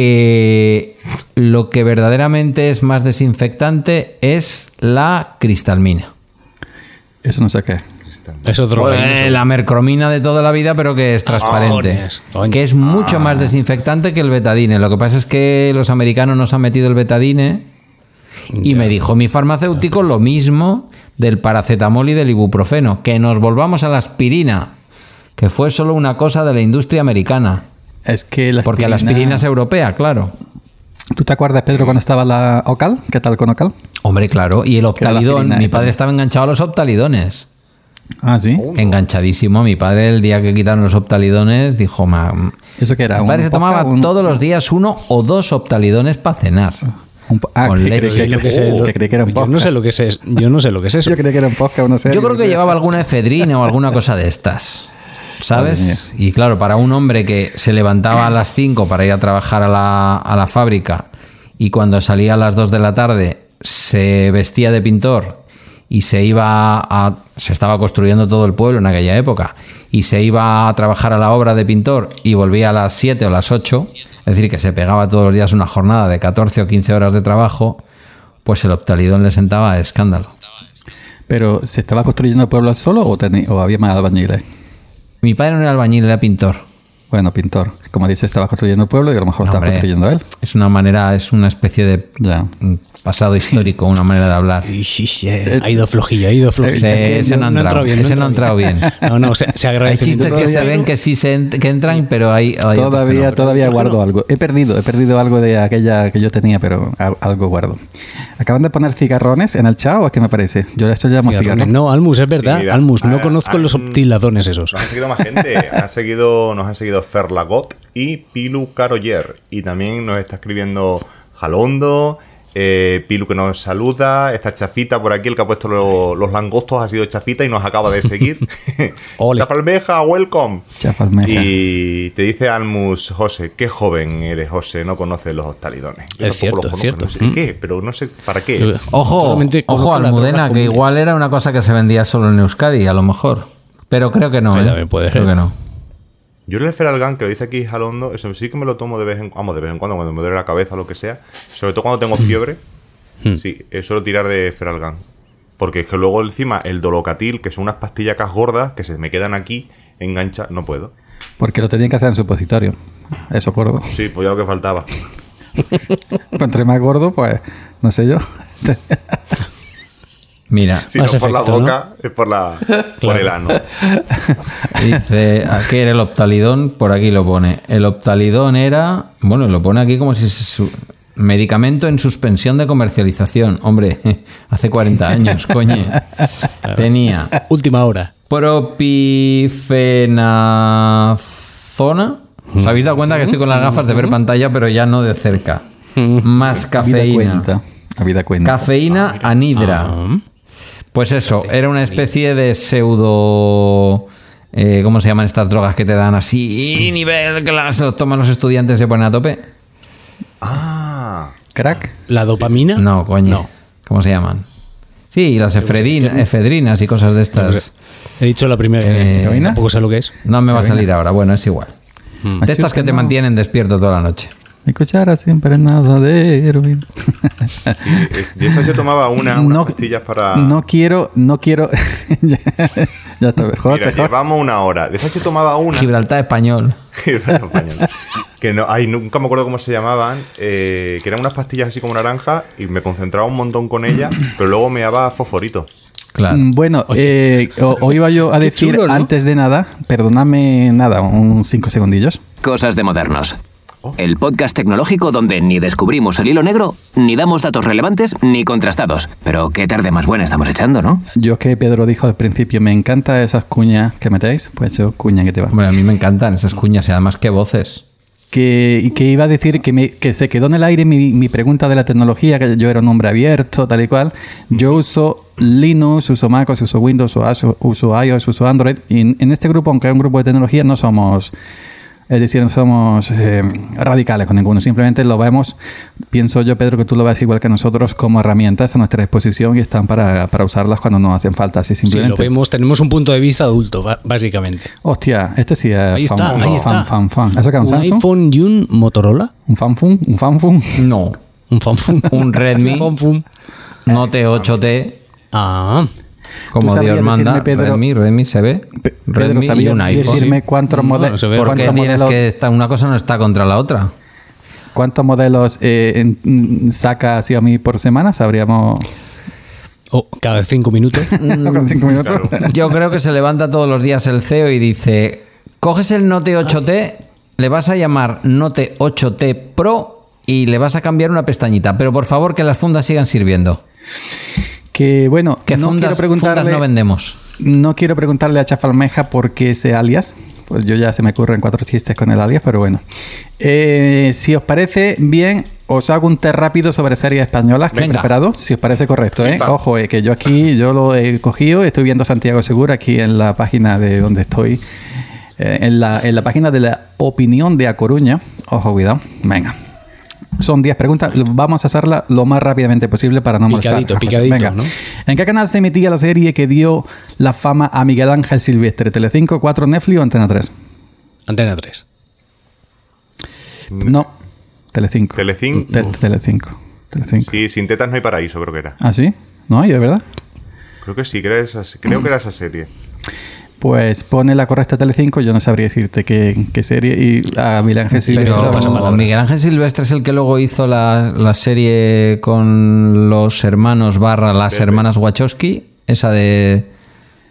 G: que lo que verdaderamente es más desinfectante es la cristalmina.
D: Eso no sé qué.
E: Es otro.
G: Bueno,
E: organismo.
G: eh, la mercromina de toda la vida, pero que es transparente.
E: Cojones, coño. Ah.
G: que es mucho más desinfectante que el betadine. Lo que pasa es que los americanos nos han metido el betadine y me dijo mi farmacéutico lo mismo del paracetamol y del ibuprofeno. Que nos volvamos a la aspirina, que fue solo una cosa de la industria americana.
D: Es que la
G: Porque la aspirina es europea, claro.
D: ¿Tú te acuerdas, Pedro, cuando estaba la Ocal? ¿Qué tal con Ocal?
G: Hombre, claro. Y el optalidón.
D: aspirina,
G: Mi
D: eh,
G: padre
D: también.
G: estaba enganchado a los optalidones.
D: Ah, sí.
G: Enganchadísimo. Mi padre, el día que quitaron los optalidones, dijo: "Ma-
D: ¿Eso qué era?
G: Mi padre se
D: poca,
G: tomaba
D: un-
G: todos los días uno o dos optalidones para cenar.
D: un po- ah,
G: con
D: que
G: leche.
D: creí que- uh,
E: Yo que sé,
D: que creí que era un
E: yo
D: podcast.
E: no sé lo que es, yo no sé lo que es eso.
D: Yo creí que era un podcast, no sé.
G: Yo creo que
D: Sí.
G: llevaba alguna efedrina o alguna cosa de estas. ¿Sabes? Y claro, para un hombre que se levantaba a las 5 para ir a trabajar a la, a la fábrica y cuando salía a las 2 de la tarde se vestía de pintor y se iba a... se estaba construyendo todo el pueblo en aquella época y se iba a trabajar a la obra de pintor y volvía a las 7 o las 8, es decir, que se pegaba todos los días una jornada de 14 o 15 horas de trabajo, pues el optalidón le sentaba a escándalo.
D: Pero, ¿se estaba construyendo el pueblo solo o, teni- o había más albañiles?
G: Mi padre no era albañil, era pintor.
D: Bueno, pintor. Como dice, estaba construyendo el pueblo y a lo mejor lo estaba
G: Hombre,
D: construyendo él.
G: Es una manera, es una especie de
D: Ya.
G: mm, pasado histórico, una manera de hablar.
E: Eh, Ha ido flojillo, ha ido flojillo.
G: Ese- ese no ha entrado, ese no ha entrado bien.
E: [laughs] No, no, se, se
G: Hay
E: agradece.
G: chistes que se ven que sí se ent- que entran, pero hay, hay otros que
D: todavía
G: no.
D: todavía guardo algo. He perdido, he perdido algo de aquella que yo tenía, pero al- algo guardo. Acaban de poner cigarrones en el chao, ¿o qué me parece? Yo esto le llamo
E: Cigarrones.
D: cigarrones.
E: No, Almus, es
F: Sí,
E: verdad.
F: mira,
E: Almus, no
F: ah,
E: conozco
F: ah,
E: los
F: mm.
E: optiladones esos.
F: Nos han seguido más gente. Han seguido, nos han seguido Ferlagot y Pilu Caroller. Y también nos está escribiendo Jalondo, eh, Pilu que nos saluda, está Chafita por aquí, el que ha puesto lo- los langostos ha sido Chafita y nos acaba de seguir.
E: [laughs]
F: [laughs]
E: Ole.
F: Chafalmeja, welcome.
D: Chafalmeja.
F: Y te dice Almus, José, qué joven eres, José, no conoces los talidones.
E: Es cierto, es cierto. Mm.
F: No sé qué, pero no sé para qué.
G: Ojo,
E: Totalmente
G: ojo
E: conozco las drogas
G: Almudena, que
E: comunes.
G: igual era una cosa que se vendía solo en Euskadi, a lo mejor. Pero creo que no,
E: Ahí
G: ¿eh?
E: también puede
G: Creo
E: ser.
G: que no.
F: Yo el Feralgan, que lo dice aquí Jalondo, eso sí que me lo tomo de vez en cuando, de vez en cuando, cuando me duele la cabeza o lo que sea. Sobre todo cuando tengo
E: Hmm.
F: fiebre. sí, eh, suelo tirar de Feralgan. Porque es que luego encima el dolocatil, que son unas pastillacas gordas que se me quedan aquí, engancha, no puedo.
D: Porque lo tenían que hacer en supositorio. Eso gordo.
F: Sí, pues ya lo
E: [laughs]
F: que faltaba.
D: Pues Entre más gordo, pues, no sé yo.
G: Mira,
F: Si
E: Más
F: no es por la
E: efecto, ¿no?
F: boca, es por
E: [laughs]
F: la por el ano.
G: dice, aquí era el optalidón, por aquí lo pone. El optalidón era, bueno, lo pone aquí como si se su- medicamento en suspensión de comercialización. Hombre, [laughs] hace 40 años, coño. Tenía
E: Última hora.
G: propifenazona. ¿Os habéis dado cuenta que estoy con las gafas de ver pantalla, pero ya no de cerca? Más
D: Habida
G: cafeína.
D: cuenta. Habida cuenta.
G: Cafeína anhidra. Pues eso, era una especie de pseudo... eh, ¿Cómo se llaman estas drogas que te dan así? Y nivel que las los toman los estudiantes y se ponen a tope.
F: Ah,
D: Crack.
E: ¿La dopamina?
G: No, coño.
E: No.
G: ¿Cómo se llaman? Sí, las efredin- efedrinas y cosas de estas.
E: He dicho la primera.
G: Eh,
E: Eh, tampoco sé lo que es.
G: No me va a salir ahora, bueno, es igual. De estas que te
D: No.
G: mantienen despierto toda la noche.
D: Mi cuchara siempre nada de heroína. [laughs]
F: sí, es- de esas yo tomaba una, unas
D: No-
F: pastillas para.
D: No quiero, no quiero. [laughs] ya, ya está. José,
E: eh,
F: Mira,
D: José.
F: llevamos una hora. De esas yo tomaba una.
G: Gibraltar español.
F: [laughs] Era español. que pues no, ay, nunca me acuerdo cómo se llamaban, eh, que eran unas pastillas así como naranja y me concentraba un montón con ella, pero luego me daba fosforito.
G: Claro.
D: Mm, Bueno, eh, o, o iba yo a decir
E: chulo, ¿no?
D: antes de nada, perdóname nada, un cinco segundillos.
A: Cosas de modernos. El podcast tecnológico donde ni descubrimos el hilo negro, ni damos datos relevantes, ni contrastados. Pero qué tarde más buena estamos echando, ¿no?
D: Yo que Pedro dijo al principio, me encantan esas cuñas que metéis, pues yo cuña que te va.
G: Hombre, a mí me encantan esas cuñas y además qué voces.
D: Que, que iba a decir que, me- que se quedó en el aire mi, mi pregunta de la tecnología, que yo era un hombre abierto, tal y cual. Yo uso Linux, uso MacOS, uso Windows, uso, Azure, uso iOS, uso Android. Y en, en este grupo, aunque es un grupo de tecnología, no somos... Es decir, no somos eh, radicales con ninguno. Simplemente lo vemos, pienso yo, Pedro, que tú lo ves igual que nosotros, como herramientas a nuestra disposición y están para, para usarlas cuando nos hacen falta. Así
E: Si lo
D: simplemente.
E: vemos, tenemos un punto de vista adulto, ba- básicamente.
D: Hostia, este sí es
E: Ahí
D: fan,
E: está,
D: fan,
E: ahí está.
D: fan, fan, fan. ¿Has sacado un
E: ¿Un
D: Samsung?
E: iPhone y un Motorola?
D: ¿Un fanfun? ¿Un fanfun?
G: No.
E: ¿Un fanfum?
G: [laughs] Un Redmi.
E: ¿Un fanfum?
G: Note 8T,
E: Ah,
G: como
D: sabías
G: Dios manda.
D: decirme, Pedro-
G: Redmi, Redmi se ve.
D: Pe- Pedro,
G: Redmi y
D: ¿sabías
G: un iPhone.
D: decirme cuántos,
E: No,
D: mode-
E: no se ve.
G: ¿Por qué
D: cuántos
G: tienes
D: modelos,
G: que estar- una cosa no está contra
D: [laughs]
G: la otra?
D: cuántos modelos eh, en- mm, saca Xiaomi por semana?
G: [laughs]
D: Sabríamos
E: oh, cada cinco minutos.
D: con cinco minutos.
G: Yo creo que se levanta todos los días el CEO y dice, coges el Note 8T, le vas a llamar Note 8T Pro y le vas a cambiar una pestañita, pero por favor que las fundas sigan sirviendo.
D: Que bueno,
G: Que
D: no
G: fundas,
D: quiero
G: fundas
D: preguntarle,
G: no vendemos.
D: no quiero preguntarle a Chafalmeja por qué ese alias. Pues yo ya se me ocurren cuatro chistes con el alias, pero bueno. Eh, si os parece bien, os hago un test rápido sobre series españolas que he
G: Venga.
D: preparado. Si os parece correcto, ¿eh?
F: Venga.
D: Ojo, eh, que yo aquí, yo lo he cogido, estoy viendo Santiago Segura aquí en la página de donde estoy. eh, en, la, en la página de la opinión de A Coruña. Ojo, cuidado. Venga. Son 10 preguntas. Vamos a hacerla lo más rápidamente posible para no
E: Picadito,
D: molestar. a José.
E: picadito,
D: Venga.
E: ¿no?
D: ¿En qué canal se emitía la serie que dio la fama a Miguel Ángel Silvestre? ¿Telecinco, 4, Netflix o Antena 3?
E: Antena 3.
D: No. Telecinco.
F: Telecinco.
D: Te- Telecinco. Telecinco.
F: Sí, sin tetas no hay paraíso, creo que era.
D: ¿Ah, sí? No, yo, ¿verdad?
F: Creo que sí, que era esa, creo que era esa serie.
D: Pues pone la correcta Telecinco. Yo no sabría decirte qué, qué serie. Y a Miguel Ángel Silvestre...
G: Pero
D: lo-
E: pasa palabra.
G: Miguel Ángel Silvestre es el que luego hizo la, la serie con los hermanos barra las hermanas Wachowski, esa de...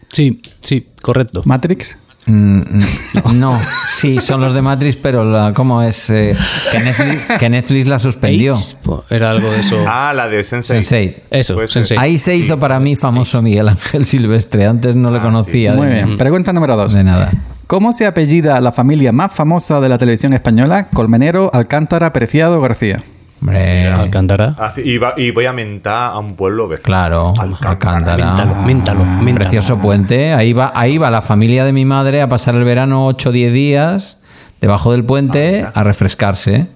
E: Sí, sí, correcto.
D: ¿Matrix?
G: Mm, mm, [laughs] No, sí, son los de Matrix, pero la, ¿cómo es? Eh, que, Netflix, que Netflix la suspendió.
E: Pues Era algo de [laughs] eso.
F: Ah, la de Sensei.
G: Sensei.
E: Eso,
F: Pues,
E: sensei.
G: Ahí se hizo para mí famoso Miguel Ángel Silvestre. Antes no le
F: Ah,
G: conocía
D: Muy
G: de,
E: Mm.
D: bien. Pregunta número 2.
G: de nada.
D: ¿Cómo se apellida la familia más famosa de la televisión española? Colmenero, Alcántara, Preciado, García.
G: Hombre,
E: Alcántara.
F: Ah, sí, Y, va- y voy a mentar a un pueblo vecino.
G: claro,
E: Méntalo,
G: Alcántara.
E: méntalo, méntalo.
G: Precioso puente. Ahí va, ahí va la familia de mi madre a pasar el verano 8 o 10 días debajo del puente a refrescarse.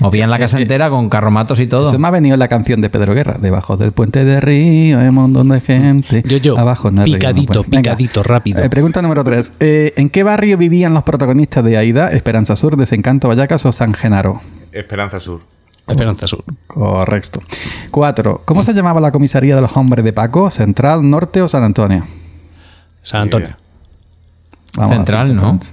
G: Movían la casa entera con carromatos y
E: Ah.
G: todo.
D: Eso me ha venido la canción de Pedro Guerra. Debajo del puente de río hay un montón de gente.
E: Yo, yo.
D: Abajo no hay río,
E: Picadito,
D: no puede- Venga.
E: picadito, rápido.
D: Eh, pregunta número 3. ¿En qué barrio vivían los protagonistas de Aida, Esperanza Sur, Desencanto, Vallacas o San Genaro?
F: Esperanza Sur.
E: Esperanza Sur.
D: Correcto. 4. ¿Cómo se llamaba la comisaría de los hombres de Paco? ¿Central, Norte o San Antonio?
E: San Antonio.
D: Vamos a
G: Central,
D: pinchar,
G: ¿no?
D: Sanz.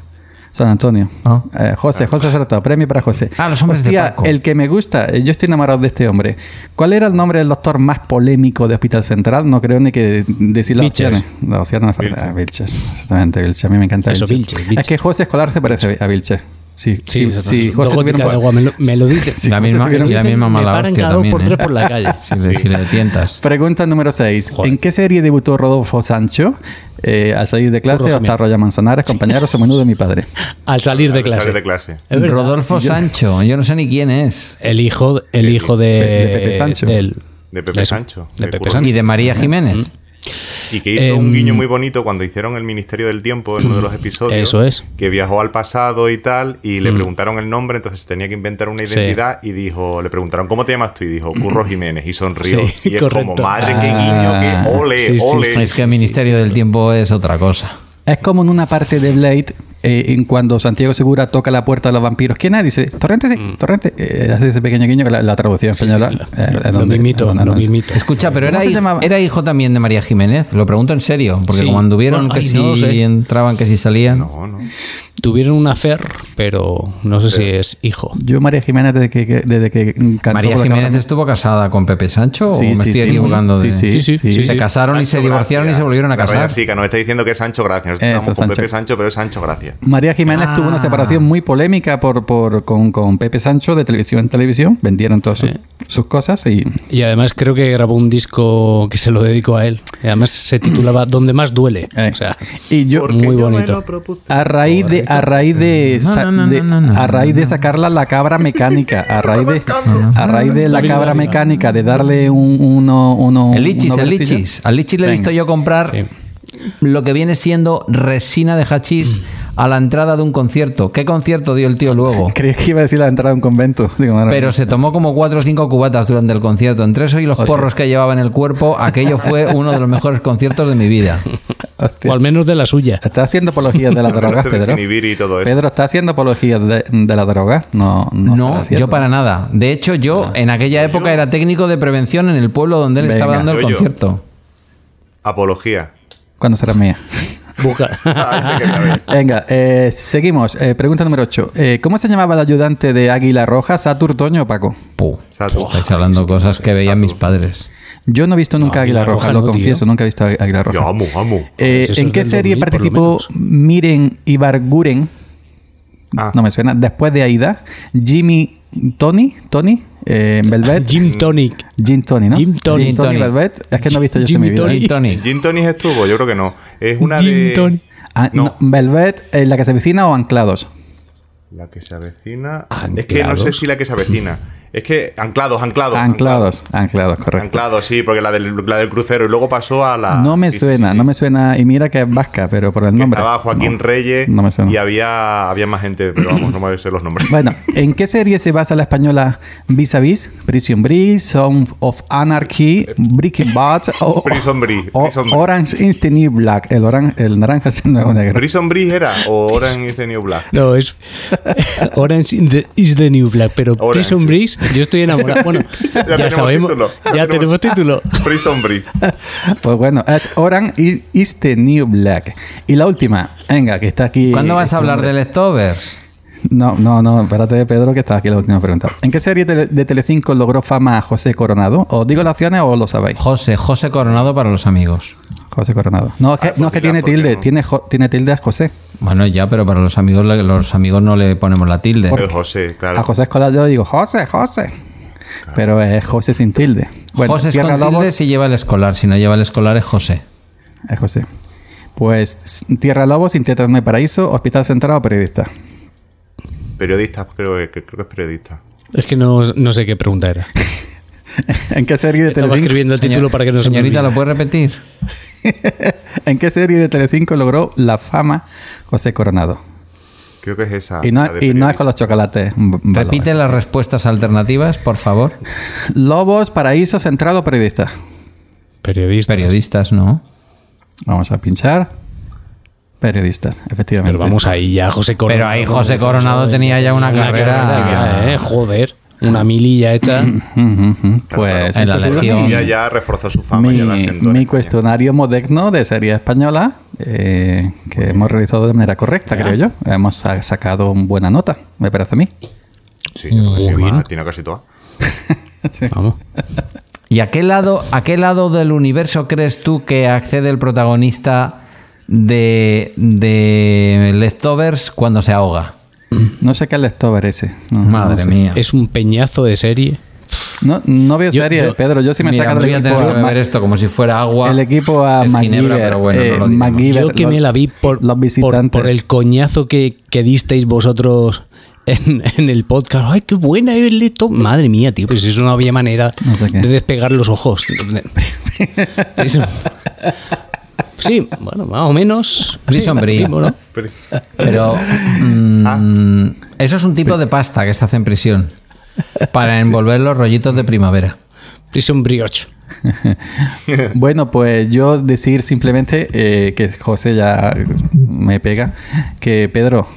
D: San Antonio.
G: Ah.
D: Eh, José, José Sertó, premio para José.
G: Ah, los hombres de
D: Hostia,
G: Paco.
D: El que me gusta, eh, yo estoy enamorado de este hombre. ¿Cuál era el nombre del doctor más polémico de Hospital Central? No creo ni que decir las
E: Vilches.
D: opciones. Las opciones no faltan. Ah, Vilches. Exactamente, Vilches. A mí me encanta
E: Eso,
D: Vilches.
E: Vilches, Vilches.
D: Es que José Escolar se parece a Vilches. Sí, sí, sí.
E: sí, dos
D: José
E: goticas
D: tuviera
E: de
D: un
E: agua, me lo- me lo dices.
D: Sí,
G: la
D: José
G: misma,
D: tuviera un-
G: y la misma
E: Me
G: mala
E: paran
G: hostia
E: cada dos
G: también.
E: por
G: ¿eh?
E: tres por la
G: [laughs]
E: calle.
G: Si le- si le tientas.
D: Pregunta número 6.
E: Joder.
D: ¿En qué serie debutó Rodolfo Sancho? Eh, al salir de clase,
E: Curro
D: hasta
E: Jiménez.
D: Roya Manzanares, compañeros a menudo de mi padre.
E: Al salir de
F: Al
E: clase.
F: salir de clase.
E: Es verdad.
G: Rodolfo Sancho, yo no sé ni quién es.
E: El hijo, el hijo Eh, de,
D: de Pepe Sancho.
E: del-
F: De Pepe
E: eso,
F: Sancho.
E: De
F: El
E: Pepe
F: curro.
E: Sancho.
G: Y de María Jiménez.
F: Y que hizo
E: Em,
F: un guiño muy bonito cuando hicieron el Ministerio del Tiempo en uno
E: [clears throat]
F: de los episodios.
E: Eso es. Mm.
F: Que viajó al pasado y tal, y le preguntaron el nombre, entonces tenía que inventar una
E: Sí.
F: identidad y dijo, le preguntaron, ¿cómo te llamas tú? Y dijo,
E: [clears throat]
F: Curro Jiménez, y sonrió.
E: Sí,
F: y es como,
E: correcto.
F: madre, qué
G: Ah,
F: guiño, que ole,
E: sí, sí,
F: ole.
G: es que el Ministerio del Tiempo es otra cosa.
D: Es como en una parte de Blade, eh, en cuando Santiago Segura toca la puerta de los vampiros. ¿Quién es? Dice, Torrente, sí, Torrente. Eh, hace ese pequeño guiño que la, la traducción,
E: Mm. Sí, sí,
D: señora.
E: lo-
D: eh,
E: lo
D: donde-
E: mismito,
D: donde-
E: lo
D: donde-
G: [laughs]
E: mismito.
G: Escucha, pero
D: ¿Cómo
G: era,
D: se
G: hij-
D: llamaba?
G: era hijo también de María Jiménez, lo pregunto en serio, porque
E: Sí.
G: como anduvieron
E: Bueno,
G: que
E: ay,
G: si
E: no lo sé.
G: entraban, que si salían.
F: No, no.
E: Tuvieron una fer, pero no sé si es hijo.
D: Yo, María Jiménez, desde que, que- desde que cantó
G: María
D: Black
G: Jiménez
D: Rabbit-
G: estuvo casada con Pepe Sancho o
D: Sí,
G: me
D: sí,
G: estoy
D: sí,
G: equivocando
D: sí,
G: de
D: sí,
E: Sí, sí,
D: sí,
E: sí,
G: se
E: sí.
G: casaron y se divorciaron y se volvieron a casar.
F: Sí, que nos está diciendo que es Sancho Gracia. Nosotros
D: Eso,
F: estamos con
D: Sancho.
F: Pepe Sancho, pero es Sancho Gracia.
D: María Jiménez tuvo
E: Ah.
D: una separación muy polémica por, por, con, con Pepe Sancho de televisión en televisión. Vendieron todas sus, sus cosas y
E: Y además creo que grabó un disco que se lo dedicó a él. Y además se
G: [clears throat]
E: titulaba Donde más duele.
D: Eh,
E: O sea,
D: y yo
E: Porque muy
F: yo me
E: bonito. Ah,
F: lo propuse.
D: a raíz de a raíz de,
G: No,
D: sa-
G: no, no,
D: de-
G: no, no, no,
D: a raíz de
G: no.
D: sacarla la cabra mecánica, a raíz de a raíz de la
E: Dale,
D: cabra
E: dale.
D: mecánica de darle un uno uno
G: El lichis,
D: uno
G: el
D: versillo.
G: lichis. Al lichis le he
D: Venga.
G: visto yo comprar lo que viene siendo resina de hachís a la entrada de un concierto. ¿Qué concierto dio el tío luego?
D: [laughs] Creí que iba a decir la entrada a un convento. Digo, madre
G: Pero
D: mía.
G: se tomó como cuatro o cinco cubatas durante el concierto. Entre eso y los porros que llevaba en el cuerpo, aquello fue uno de los mejores conciertos de mi vida.
D: Hostia.
E: O al menos de la suya.
D: Está haciendo apología
F: [laughs]
D: de la droga,
F: Hablaste de
D: Pedro.
F: Sinibiri y todo eso.
D: Pedro, ¿está haciendo apología de, de la droga? No, no.
G: No,
D: está haciendo.
G: yo para nada. De hecho, yo en aquella época era técnico de prevención en el pueblo donde él estaba
D: Venga.
G: dando el
F: Yo, yo.
G: concierto.
E: [laughs]
F: Apología.
D: ¿Cuándo será
G: [laughs]
D: mía?
F: Ay, qué grave.
D: Venga, eh, seguimos. Eh, pregunta número 8. ¿Cómo se llamaba el ayudante de Águila Roja, Satur Toño, Paco?
G: Puh,
F: Satu.
G: estáis hablando cosas que veían mis padres.
D: Yo no he visto nunca Águila,
E: Águila
D: Roja,
E: Roja
D: lo
E: no, tío.
D: confieso, nunca he visto Águ- Águila Roja.
F: Yo amo, amo.
D: Eh,
E: Pues eso
D: ¿En
E: es
D: qué
E: del
D: serie
E: 2000 por lo
D: participó
E: menos.
D: Miren Ibarguren?
F: Ah.
D: No me suena. Después de Aida, Jimmy Tony, Tony, eh, Velvet.
E: Ah, Jim Tonic.
D: Jim Tony, ¿no?
E: Jim Tony.
D: Jim Tony
G: Jim Tony.
D: Velvet. Es que no he visto yo ¿eh? eso en mi
E: Jimmy
D: vida.
E: Tony.
G: Gin tonic.
F: Gin Tonic estuvo, yo creo que no. Es una
E: Gin
F: de.
E: Tonic.
D: Ah, no,
F: No.
D: Velvet, eh, la que se avecina o anclados.
F: La que se avecina.
E: Anclados.
F: Es que no sé si la que se avecina. Es que anclados, anclados.
D: Anclados, anclados,
F: Anclados,
D: correcto.
F: Anclados, sí, porque la del, la del crucero y luego pasó a la.
D: No me
F: sí, sí,
D: suena,
F: sí, sí.
D: no me suena. Y mira que es vasca, pero por el
F: Que
D: nombre.
F: Estaba Joaquín
D: no.
F: Reyes
D: no me suena.
F: y había, había más gente, pero vamos, no me sé los nombres.
D: Bueno, ¿en qué serie se basa la española Vis a Vis? Prison Break, Sound of Anarchy, Breaking Bad o,
F: Prison Break,
D: o-
F: Prison Break.
D: Orange is the New Black. El, oran- el naranja es el nuevo negro.
F: Prison Break era o Orange is the New Black.
E: No,
G: [laughs]
E: es Orange in the- is the New Black, pero
F: Orange.
E: Prison Break, yo estoy enamorado. Bueno, ya,
F: tenemos
E: sabemos,
F: título.
E: ya, tenemos
G: [laughs]
E: título.
F: Prison Break.
D: Pues bueno, es Orange is, is the New Black. Y la última, venga, que está aquí.
G: ¿Cuándo vas
D: este
G: a hablar
D: hombre.
G: de leftovers?
D: No, no, no, espérate, Pedro, que está aquí la última pregunta. ¿En qué serie tele- de Telecinco logró fama José Coronado? ¿Os digo las opciones o lo sabéis?
G: José, José Coronado para los amigos.
D: José Coronado. No, es que,
F: Ah, pues
D: no, es que
F: dila,
D: tiene
F: ¿por qué
D: tilde,
F: no?
D: tiene, jo- tiene tilde a José.
G: Bueno, ya, pero para los amigos le- los amigos no le ponemos la tilde.
F: El José,
D: A
F: claro.
D: José Escolar yo le digo, José, José. Pero es José sin tilde. Bueno,
G: José es
D: Tierra
G: con tilde
D: Lobos
G: si lleva el escolar, si no lleva el escolar es José.
D: es Eh, José. Pues s- Tierra Lobos, Sin Tetas No hay Paraíso, Hospital Central o Periodista. [laughs]
F: Periodista, creo que, que- creo que es periodista.
E: Es que no, no sé qué pregunta era.
D: ¿En qué serie de
E: Estaba
D: Telecinco,
E: escribiendo el título
G: Señor-
E: para que no se me
G: Señorita, ¿lo
E: olvide.
G: puede repetir?
D: ¿En qué serie de Telecinco logró la fama José Coronado?
F: Creo que es esa.
D: y no,
F: Ah, la de
D: y no es
F: periodista.
D: con los chocolates. mm, balones.
G: Repite las respuestas alternativas, por favor.
D: Lobos, Paraíso, Central o Periodista.
E: Periodista.
G: Periodistas, ¿no?
D: Vamos a pinchar. Periodistas, efectivamente.
E: Pero vamos ahí ya, José Coronado.
G: Pero ahí José Coronado tenía ya una carrera-
E: ya, eh, Joder, una mililla
G: [laughs]
E: hecha.
D: Ujú, ujú. Pues
G: En la
D: esto seguro-
G: legión.
F: Ya, ya reforzó su fama. ya la
D: mi,
F: sentó en
D: mi
F: España.
D: cuestionario moderno de serie española eh, que hemos realizado de manera correcta, creo yo. Hemos sa- sacado una buena nota, me parece a mí.
F: Sí, yo creo que sí,
E: Muy bien.
F: va, tiene casi toda.
E: Vamos.
G: ¿Y a qué lado, a qué lado del universo crees tú que accede el protagonista de, de Leftovers cuando se ahoga?
D: No sé qué es Leftover ese. No,
G: Madre
D: no sé.
G: mía.
E: Es un peñazo de serie.
D: No, no veo
E: Yo-
D: serie,
E: yo-
D: Pedro. Yo sí me
G: Mira,
D: saca
G: voy
D: del
G: a
D: equipo.
G: tener que beber esto como si fuera agua.
D: el equipo a
G: Es ginebra,
D: MacGyver,
G: pero bueno, no
D: eh,
G: lo diremos.
D: MacGyver.
E: Yo que
D: los-
E: me la vi por,
D: los
E: por-
D: visitantes.
E: por el coñazo que, que disteis vosotros en, en el podcast. ¡Ay, qué buena es esto! Madre mía, tío, pues eso no había manera
D: No sé qué.
E: de despegar los ojos. [laughs] Eso. Sí, bueno, más o menos.
G: Prison
E: Sí,
G: Break.
E: bueno.
F: Pero-
G: Pero mm,
D: Ah.
G: eso es un tipo de pasta que se hace en prisión
D: [laughs]
G: para envolver los rollitos de primavera.
E: Prison Brioche.
D: Bueno, pues yo decir simplemente eh, que José ya me pega. Que Pedro,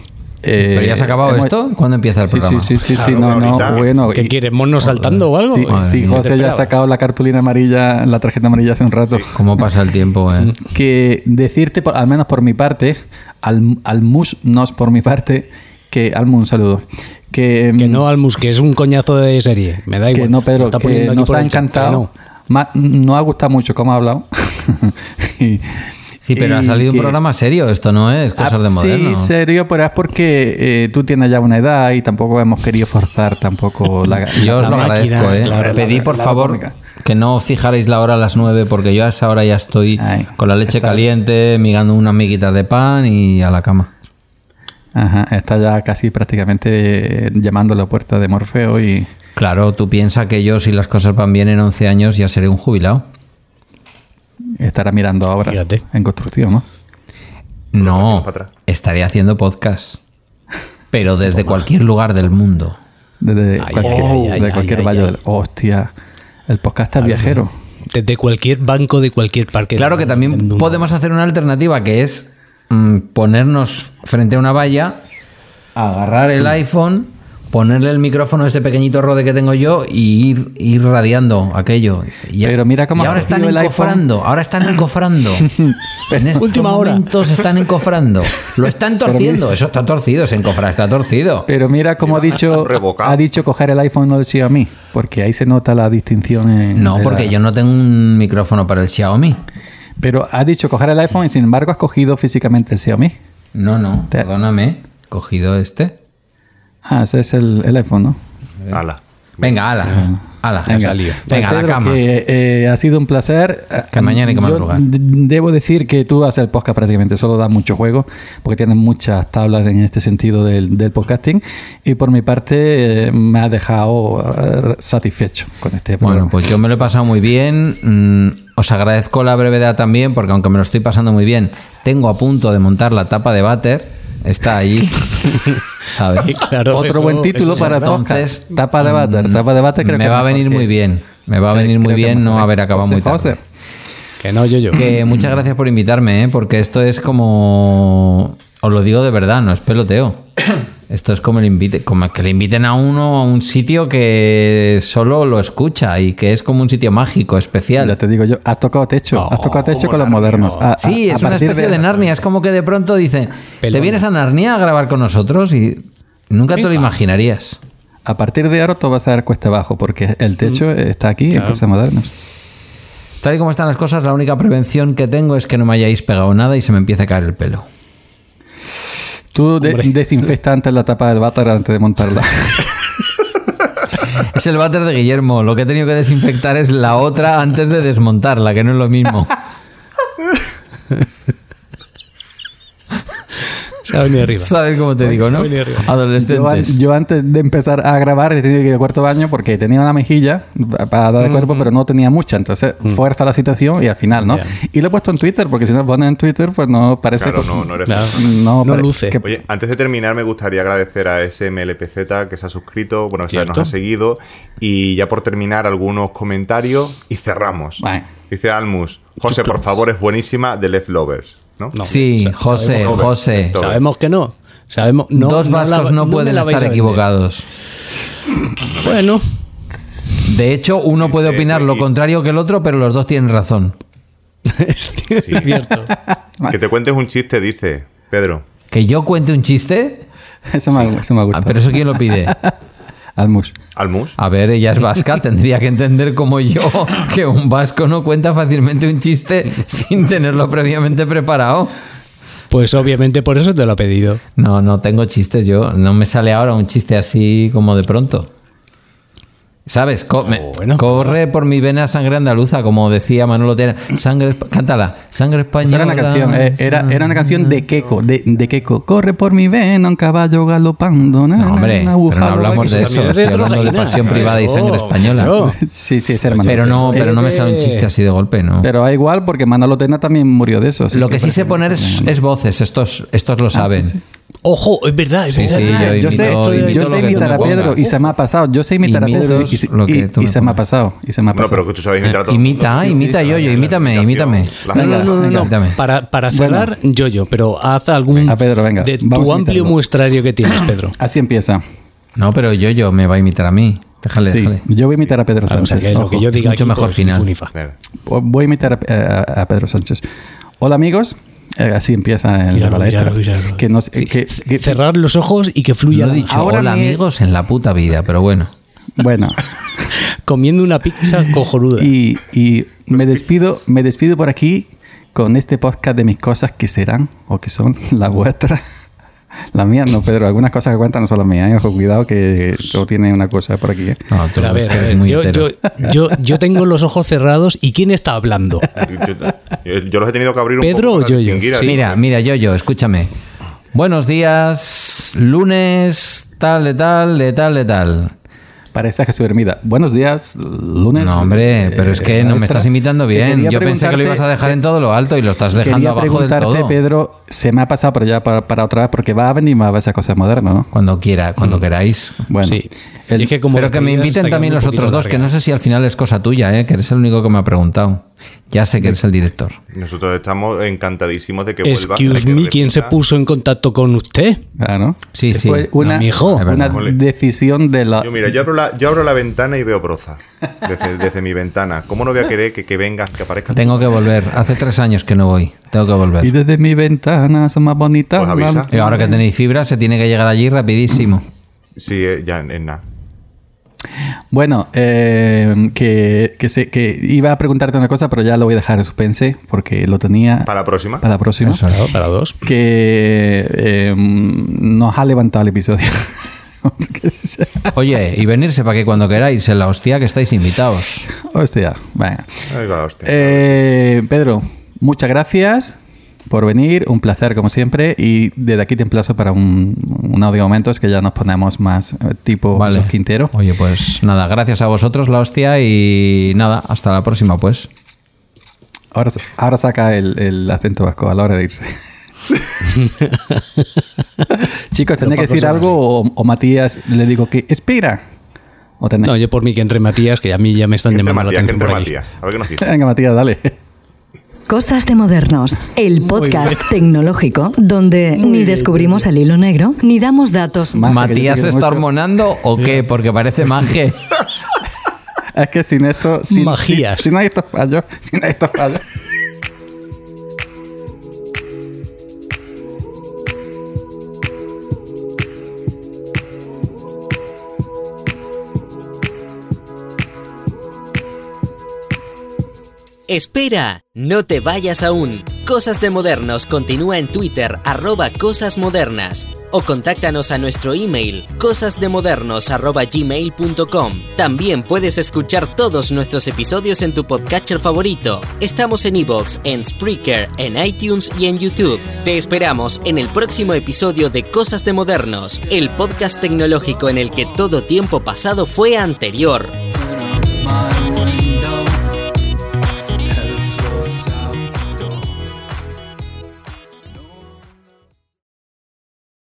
D: Eh,
G: ¿Pero ya se ha acabado
D: hemos-
G: esto? ¿Cuándo empieza el
D: Sí,
G: programa?
D: sí, sí, sí, sí,
F: Claro,
D: no, no,
F: ahorita.
D: bueno.
E: ¿Qué
D: y-
E: quieres? ¿Mono saltando o algo?
D: Sí,
E: Madre
D: sí,
E: mía.
D: José ya ha
E: Esperaba.
D: sacado la cartulina amarilla, la tarjeta amarilla hace un rato.
G: ¿Cómo pasa el tiempo?
D: Mm.
G: eh?
D: Que decirte, por- al menos por mi parte, al, al mus, no es por mi parte, que Almu, un saludo. Que,
E: Que
D: mm,
E: no, Almus, que es un coñazo de serie. Me da
D: que
E: igual.
D: no, Pedro,
E: Lo está
D: que
E: poniendo aquí
D: nos
E: por
D: ha
E: el chat,
D: encantado.
E: que no.
D: Ma- no ha gustado mucho cómo ha hablado. [laughs] Y-
G: Sí, pero ha
D: y
G: salido un
D: que-
G: programa serio. Esto no es cosas de
D: Ah,
G: moderno.
D: Sí, serio, pero es porque eh, tú tienes ya una edad y tampoco hemos querido forzar
E: [laughs]
D: tampoco la...
G: Yo os
E: La
G: lo
E: máquina,
G: agradezco, ¿eh?
E: claro, la-
G: Pedí, por
D: la
G: favor,
D: cómica.
G: que no fijarais la hora a las 9 porque yo a esa hora ya estoy
D: Ay,
G: con la leche caliente, migando unas miguitas de pan y a la cama.
D: Ajá, está ya casi prácticamente eh, llamando a la puerta de Morfeo y...
G: Claro, tú piensas que yo, si las cosas van bien en 11 años, ya seré un jubilado.
D: Estará mirando obras
E: Fíjate.
D: en construcción, ¿no?
G: No,
F: para atrás.
G: estaré haciendo podcast. Pero desde cualquier lugar del mundo.
D: Desde
E: Ay,
D: cualquier,
E: ay, ay,
D: de
E: ay,
D: cualquier
E: ay,
D: valle
E: ay.
D: del... Hostia, el podcast es viajero.
E: Desde cualquier banco de cualquier parque.
G: Claro que también
E: Haciendo una-
G: podemos hacer una alternativa que es mm, ponernos frente a una valla, agarrar el iPhone, ponerle el micrófono a ese pequeñito rode que tengo yo y ir, ir radiando aquello. Dice, y-
D: Pero mira cómo
G: y
D: ha
G: ahora están
D: cogido el
G: encofrando, ahora
D: [laughs]
G: están encofrando. en estos
E: Última hora.
G: momentos están encofrando. Lo están torciendo, eso está torcido, se encofra, está torcido.
D: Pero mira cómo ha dicho,
F: Revocado.
D: ha dicho coger el iPhone no el Xiaomi, porque ahí se nota la distinción. en-
G: No,
D: de
G: porque
D: la-
G: yo no tengo un micrófono para el Xiaomi.
D: Pero ha dicho coger el iPhone y sin embargo has cogido físicamente el Xiaomi.
G: No, no,
D: Te-
G: perdóname, cogido este.
D: Ah, ese es el, el iPhone, ¿no?
E: [laughs]
F: [laughs] Ala.
G: Venga, ala. Ala,
D: Venga. Pues,
G: Ah, Venga, a la
D: Pedro,
G: cama.
D: que, eh, ha sido un placer.
G: Que mañana hay que
D: Yo
G: madrugar.
D: de- Debo decir que tú haces el podcast prácticamente, solo das mucho juego, porque tienes muchas tablas en este sentido del, del podcasting. Y por mi parte, eh, me ha dejado eh, satisfecho con este programa.
G: Bueno, pues yo me lo he pasado muy bien. Mm, os agradezco la brevedad también, porque aunque me lo estoy pasando muy bien, tengo a punto de montar la tapa de váter.
D: [laughs]
G: Está ahí. ¿Sabes?
E: Claro,
D: Otro
E: eso-
D: buen título
E: eso-
D: para
G: Entonces, mm,
D: podcast. Tapa de váter. Tapa de váter creo
G: me
D: que
G: va a
D: mejor
G: venir
D: que-
G: muy bien. Me va a
D: que-
G: venir muy
D: creo que
G: bien no
D: mejor.
G: haber acabado
D: José,
G: muy tarde.
D: José.
E: Que no, yo, yo.
D: [clears throat]
G: Que muchas gracias por invitarme, ¿eh? porque esto es como. Os lo digo de verdad, no
D: [clears throat]
G: es peloteo. Esto es como, el invite, como que le inviten a uno a un sitio que solo lo escucha y que es como un sitio mágico,
D: Ya
G: especial.
D: te digo yo, has tocado techo, has tocado techo con los modernos. A- a-
G: Sí,
D: a
G: es una
D: partir
G: especie de, Narnia. Es como que de pronto dicen: Te
E: Pelona.
G: vienes a Narnia a grabar con nosotros y nunca te lo imaginarías.
D: A partir de ahora todo va a ser cuesta abajo, porque el techo está aquí en Cosas Modernas.
G: Tal y como están las cosas, la única prevención que tengo es que no me hayáis pegado nada y se me empiece a caer el pelo.
D: Tú de- desinfecta antes la tapa del váter antes de [laughs] montarla.
G: Es el váter de Guillermo. Lo que he tenido que desinfectar es la otra antes de desmontarla, que no es
E: [laughs]
G: lo mismo.
E: Se ha venido arriba.
G: ¿Sabes cómo te digo, no?
E: Venía arriba.
D: yo, an-
G: Adolescentes.
D: yo antes de empezar a grabar he tenido que ir al cuarto baño porque tenía una mejilla pa- para dar de cuerpo, pero no tenía mucha. Entonces, fuerza la situación y al final, ¿no?
E: Ya.
D: Y lo he puesto en Twitter, porque si no lo pones en Twitter, pues no parece...
F: Claro,
D: como-
F: no, no eres
E: Claro. No
D: pare-
E: luce.
D: que-
F: [laughs] Oye, antes de terminar, me gustaría agradecer a SMLPZ que se ha suscrito, bueno, que nos
E: Cierto.
F: ha seguido. Y ya por terminar, algunos comentarios y cerramos.
D: Vale.
F: Dice Almus, José, por favor, es buenísima de Left Lovers. ¿no?
E: No,
G: Sí,
E: sa-
G: José,
E: sabemos-
F: Robert,
G: José.
F: esto-
E: Sabemos que no. Sabemos, no
G: Dos
E: no la-
G: vascos no
E: me
G: pueden
E: la vais a
G: estar
E: vender.
G: equivocados. [laughs]
E: Bueno,
G: De hecho, uno puede
E: Eh,
G: opinar lo contrario que el otro, pero los dos tienen razón.
E: es [laughs] cierto.
F: Que te cuentes un chiste, dice Pedro.
G: Que yo cuente un chiste,
D: [laughs] Eso me, ha- eso me ha
G: Ah,
D: gustado.
G: pero eso quién lo pide.
D: Almus.
E: Ah,
F: Almus.
G: A ver, ella
E: [laughs]
G: es vasca, tendría que entender como yo que un vasco no cuenta fácilmente un chiste sin tenerlo previamente preparado.
E: Pues obviamente por eso te lo he pedido.
G: No, no tengo chistes yo. No me sale ahora un chiste así como de pronto. ¿Sabes? Co- me-
E: bueno.
G: Corre por mi vena sangre andaluza, como decía Manolo Tena. Sangre, espa- cántala. Sangre
D: Esa
G: española.
D: era una canción, eh, era, era una canción de Keiko, de, de Keiko. Corre por mi vena un caballo galopando. na, na,
G: No, hombre,
D: una
G: pero
D: aguja
G: no
D: lo va
G: hablamos de
D: quitando.
G: eso.
E: También es
G: Estoy hablando de
E: Rosalina.
G: pasión privada y
E: Eso,
G: sangre española. [laughs]
E: claro.
D: Sí, sí, es hermano.
G: Pero no, pero no me
E: Eh,
G: sale un chiste así de golpe, ¿no.
D: Pero da igual porque Manolo Tena también murió de eso. así
G: Lo que sí
D: parece
G: sé poner es, es voces, estos, estos lo saben. Eh,
D: sí,
E: Ojo, es verdad, es
G: Sí,
E: verdad.
G: sí, yo
D: yo sé,
G: imito, imito
D: yo
G: lo
D: sé
G: que tú
D: imitar
G: me
D: a Pedro y
G: pongas.
D: se me ha pasado. Yo sé imitar a Pedro y,
G: Imitos lo
D: y-
G: que tú me
D: y se me ha
G: pongas.
D: pasado. Y se me ha
F: Bueno,
D: pasado.
F: pero que tú sabes
E: Eh,
F: imitar a todo el mundo.
G: Imita,
F: Sí, sí,
G: imita
F: claro,
G: yo, yo,
F: la
G: imítame,
F: imitación,
G: imítame.
F: la-
E: No, no, no, no,
G: venga,
E: no.
G: dame.
E: Para, para
D: Bueno.
E: cerrar, yo, yo, pero haz algún.
D: A Pedro, venga,
E: De
D: vamos
E: tu
D: a
E: amplio
D: imitarlo.
E: muestrario que tienes, Pedro.
D: Así empieza.
G: No, pero yo, yo me va a imitar a mí. Déjale,
D: Sí,
G: déjale.
D: yo voy a imitar a Pedro
E: Claro, o sea,
D: Sánchez.
E: que lo
D: ojo.
E: que yo diga
G: mucho
E: aquí,
G: mejor
E: pues,
G: final.
E: Funifa.
F: Venga.
D: Voy a imitar a, a- a Pedro Sánchez. Hola amigos. Eh, así empieza el
E: Míralo,
D: la letra.
E: míralo, míralo.
D: Que nos- eh, que- que-
E: Cerrar los ojos y que fluya.
G: No
E: la-
G: he dicho
D: Ahora
G: hola
D: mi-
G: amigos en la puta vida, pero bueno.
D: bueno,
E: Comiendo una [laughs] pizza cojonuda.
D: y, y me despido, me despido por aquí con este podcast de mis cosas que serán o que son la vuestra. La mía no, Pedro. Algunas cosas que cuentan no son las mías. ¿eh? Ojo, cuidado que tú tienes una cosa por aquí. ¿eh?
G: No, tú
E: Pero a
G: es
E: ver,
G: que
E: a
G: eres
E: ver,
G: muy
E: yo,
G: entero.
E: yo, yo, yo tengo los ojos cerrados y ¿quién está [laughs] hablando?
F: Yo, yo los he tenido que abrir un
E: Pedro
F: poco
E: o
F: para
E: yo, yo.
F: distinguir a-
E: Sí.
G: Mira, mira, yo, yo, escúchame. Buenos días, lunes, tal, de tal, de tal, de tal.
D: Parece Jesús Hermida. Buenos días, lunes.
G: No, hombre,
D: eh,
G: pero es que no me
D: maestra.
G: estás imitando
D: Que
G: bien.
D: quería
G: Yo pensé que lo ibas a
D: preguntarte-
G: dejar en todo lo alto y lo estás dejando
D: Quería
G: abajo del
D: preguntarte,
G: todo.
D: Pedro, se me ha pasado, pero ya para, para otra vez, porque va a venir más veces cosas modernas, ¿no?
G: Cuando quiera,
D: Mm.
G: cuando queráis.
D: Bueno,
E: Sí.
D: el-
E: Y es que como
G: pero que me
E: despedidas
G: inviten
E: está
G: también
E: quedando
G: los
E: un
G: otros
E: poquito
G: dos, que
E: larga.
G: no sé si al final es cosa tuya, ¿eh? que eres el único que me ha preguntado. Ya sé que eres el director.
F: Nosotros estamos encantadísimos de que vuelva.
E: Excuse me, ¿quién se puso en contacto con usted?
D: claro.
G: Sí,
D: Que
G: sí.
D: ah, Fue una,
E: No, mijo.
G: Es
D: una
G: verdad.
F: Ole.
D: decisión de la.
F: Yo, mira, yo abro, la, yo abro la ventana y veo broza. Desde, desde mi ventana. ¿Cómo no voy a querer que, que vengas, que aparezcas?
G: Tengo que volver. Hace tres años que no voy. Tengo que
D: Y
G: volver.
D: desde mi ventana son más bonitas.
F: Pues avisa.
G: Y ahora que tenéis fibra, se tiene que llegar allí rapidísimo.
F: Sí, eh, ya en, en nada.
D: Bueno, eh, que, que, se- que iba a preguntarte una cosa, pero ya lo voy a dejar en suspense porque lo tenía
F: Para la próxima.
D: para la próxima.
G: Eso es.
E: Para dos.
D: Que eh, nos ha levantado el episodio. [laughs]
G: Oye, y venirse para que cuando queráis, en la hostia que estáis invitados.
D: Pues, Hostia, Oh, este venga.
F: Ay, va, hostia. Este
D: Eh, Pedro, muchas gracias por venir, un placer como siempre y desde aquí te emplazo para un, un audio momentos que ya nos ponemos más eh, tipo
G: Vale.
D: los Quintero.
G: Oye, pues nada, gracias a vosotros la hostia y nada, hasta la próxima pues.
D: Ahora, ahora saca el, el acento vasco a la hora de
E: [laughs]
D: irse. Chicos, ¿tenéis que
E: Los
D: decir
E: vascos
D: algo o, o Matías le digo que espera? O tenéis-
E: No, yo por mí que entre Matías, que a mí ya me están
F: Que entre
E: llamando la
F: Matías,
E: atención.
F: que entre
E: por aquí.
F: Matías. A ver qué nos dice.
D: [laughs] Venga, Matías, dale. [laughs]
H: Cosas de modernos, el podcast tecnológico donde ni descubrimos el hilo negro ni damos
D: Maje,
H: datos.
D: que yo te
G: ¿Matías
D: quiero
G: está
D: mucho.
G: hormonando o qué? Porque parece maje.
D: [laughs] Es que sin esto, sin,
E: Magías.
D: Si, si no hay estos fallos, [laughs] si no hay estos fallos.
I: Espera, no te vayas aún. Cosas de Modernos continúa en Twitter, arroba Cosas Modernas, o contáctanos a nuestro email, cosasdemodernos.gmail.com. También puedes escuchar todos nuestros episodios en tu podcatcher favorito. Estamos en iVoox, en Spreaker, en iTunes y en YouTube. Te esperamos en el próximo episodio de Cosas de Modernos, el podcast tecnológico en el que todo tiempo pasado fue anterior.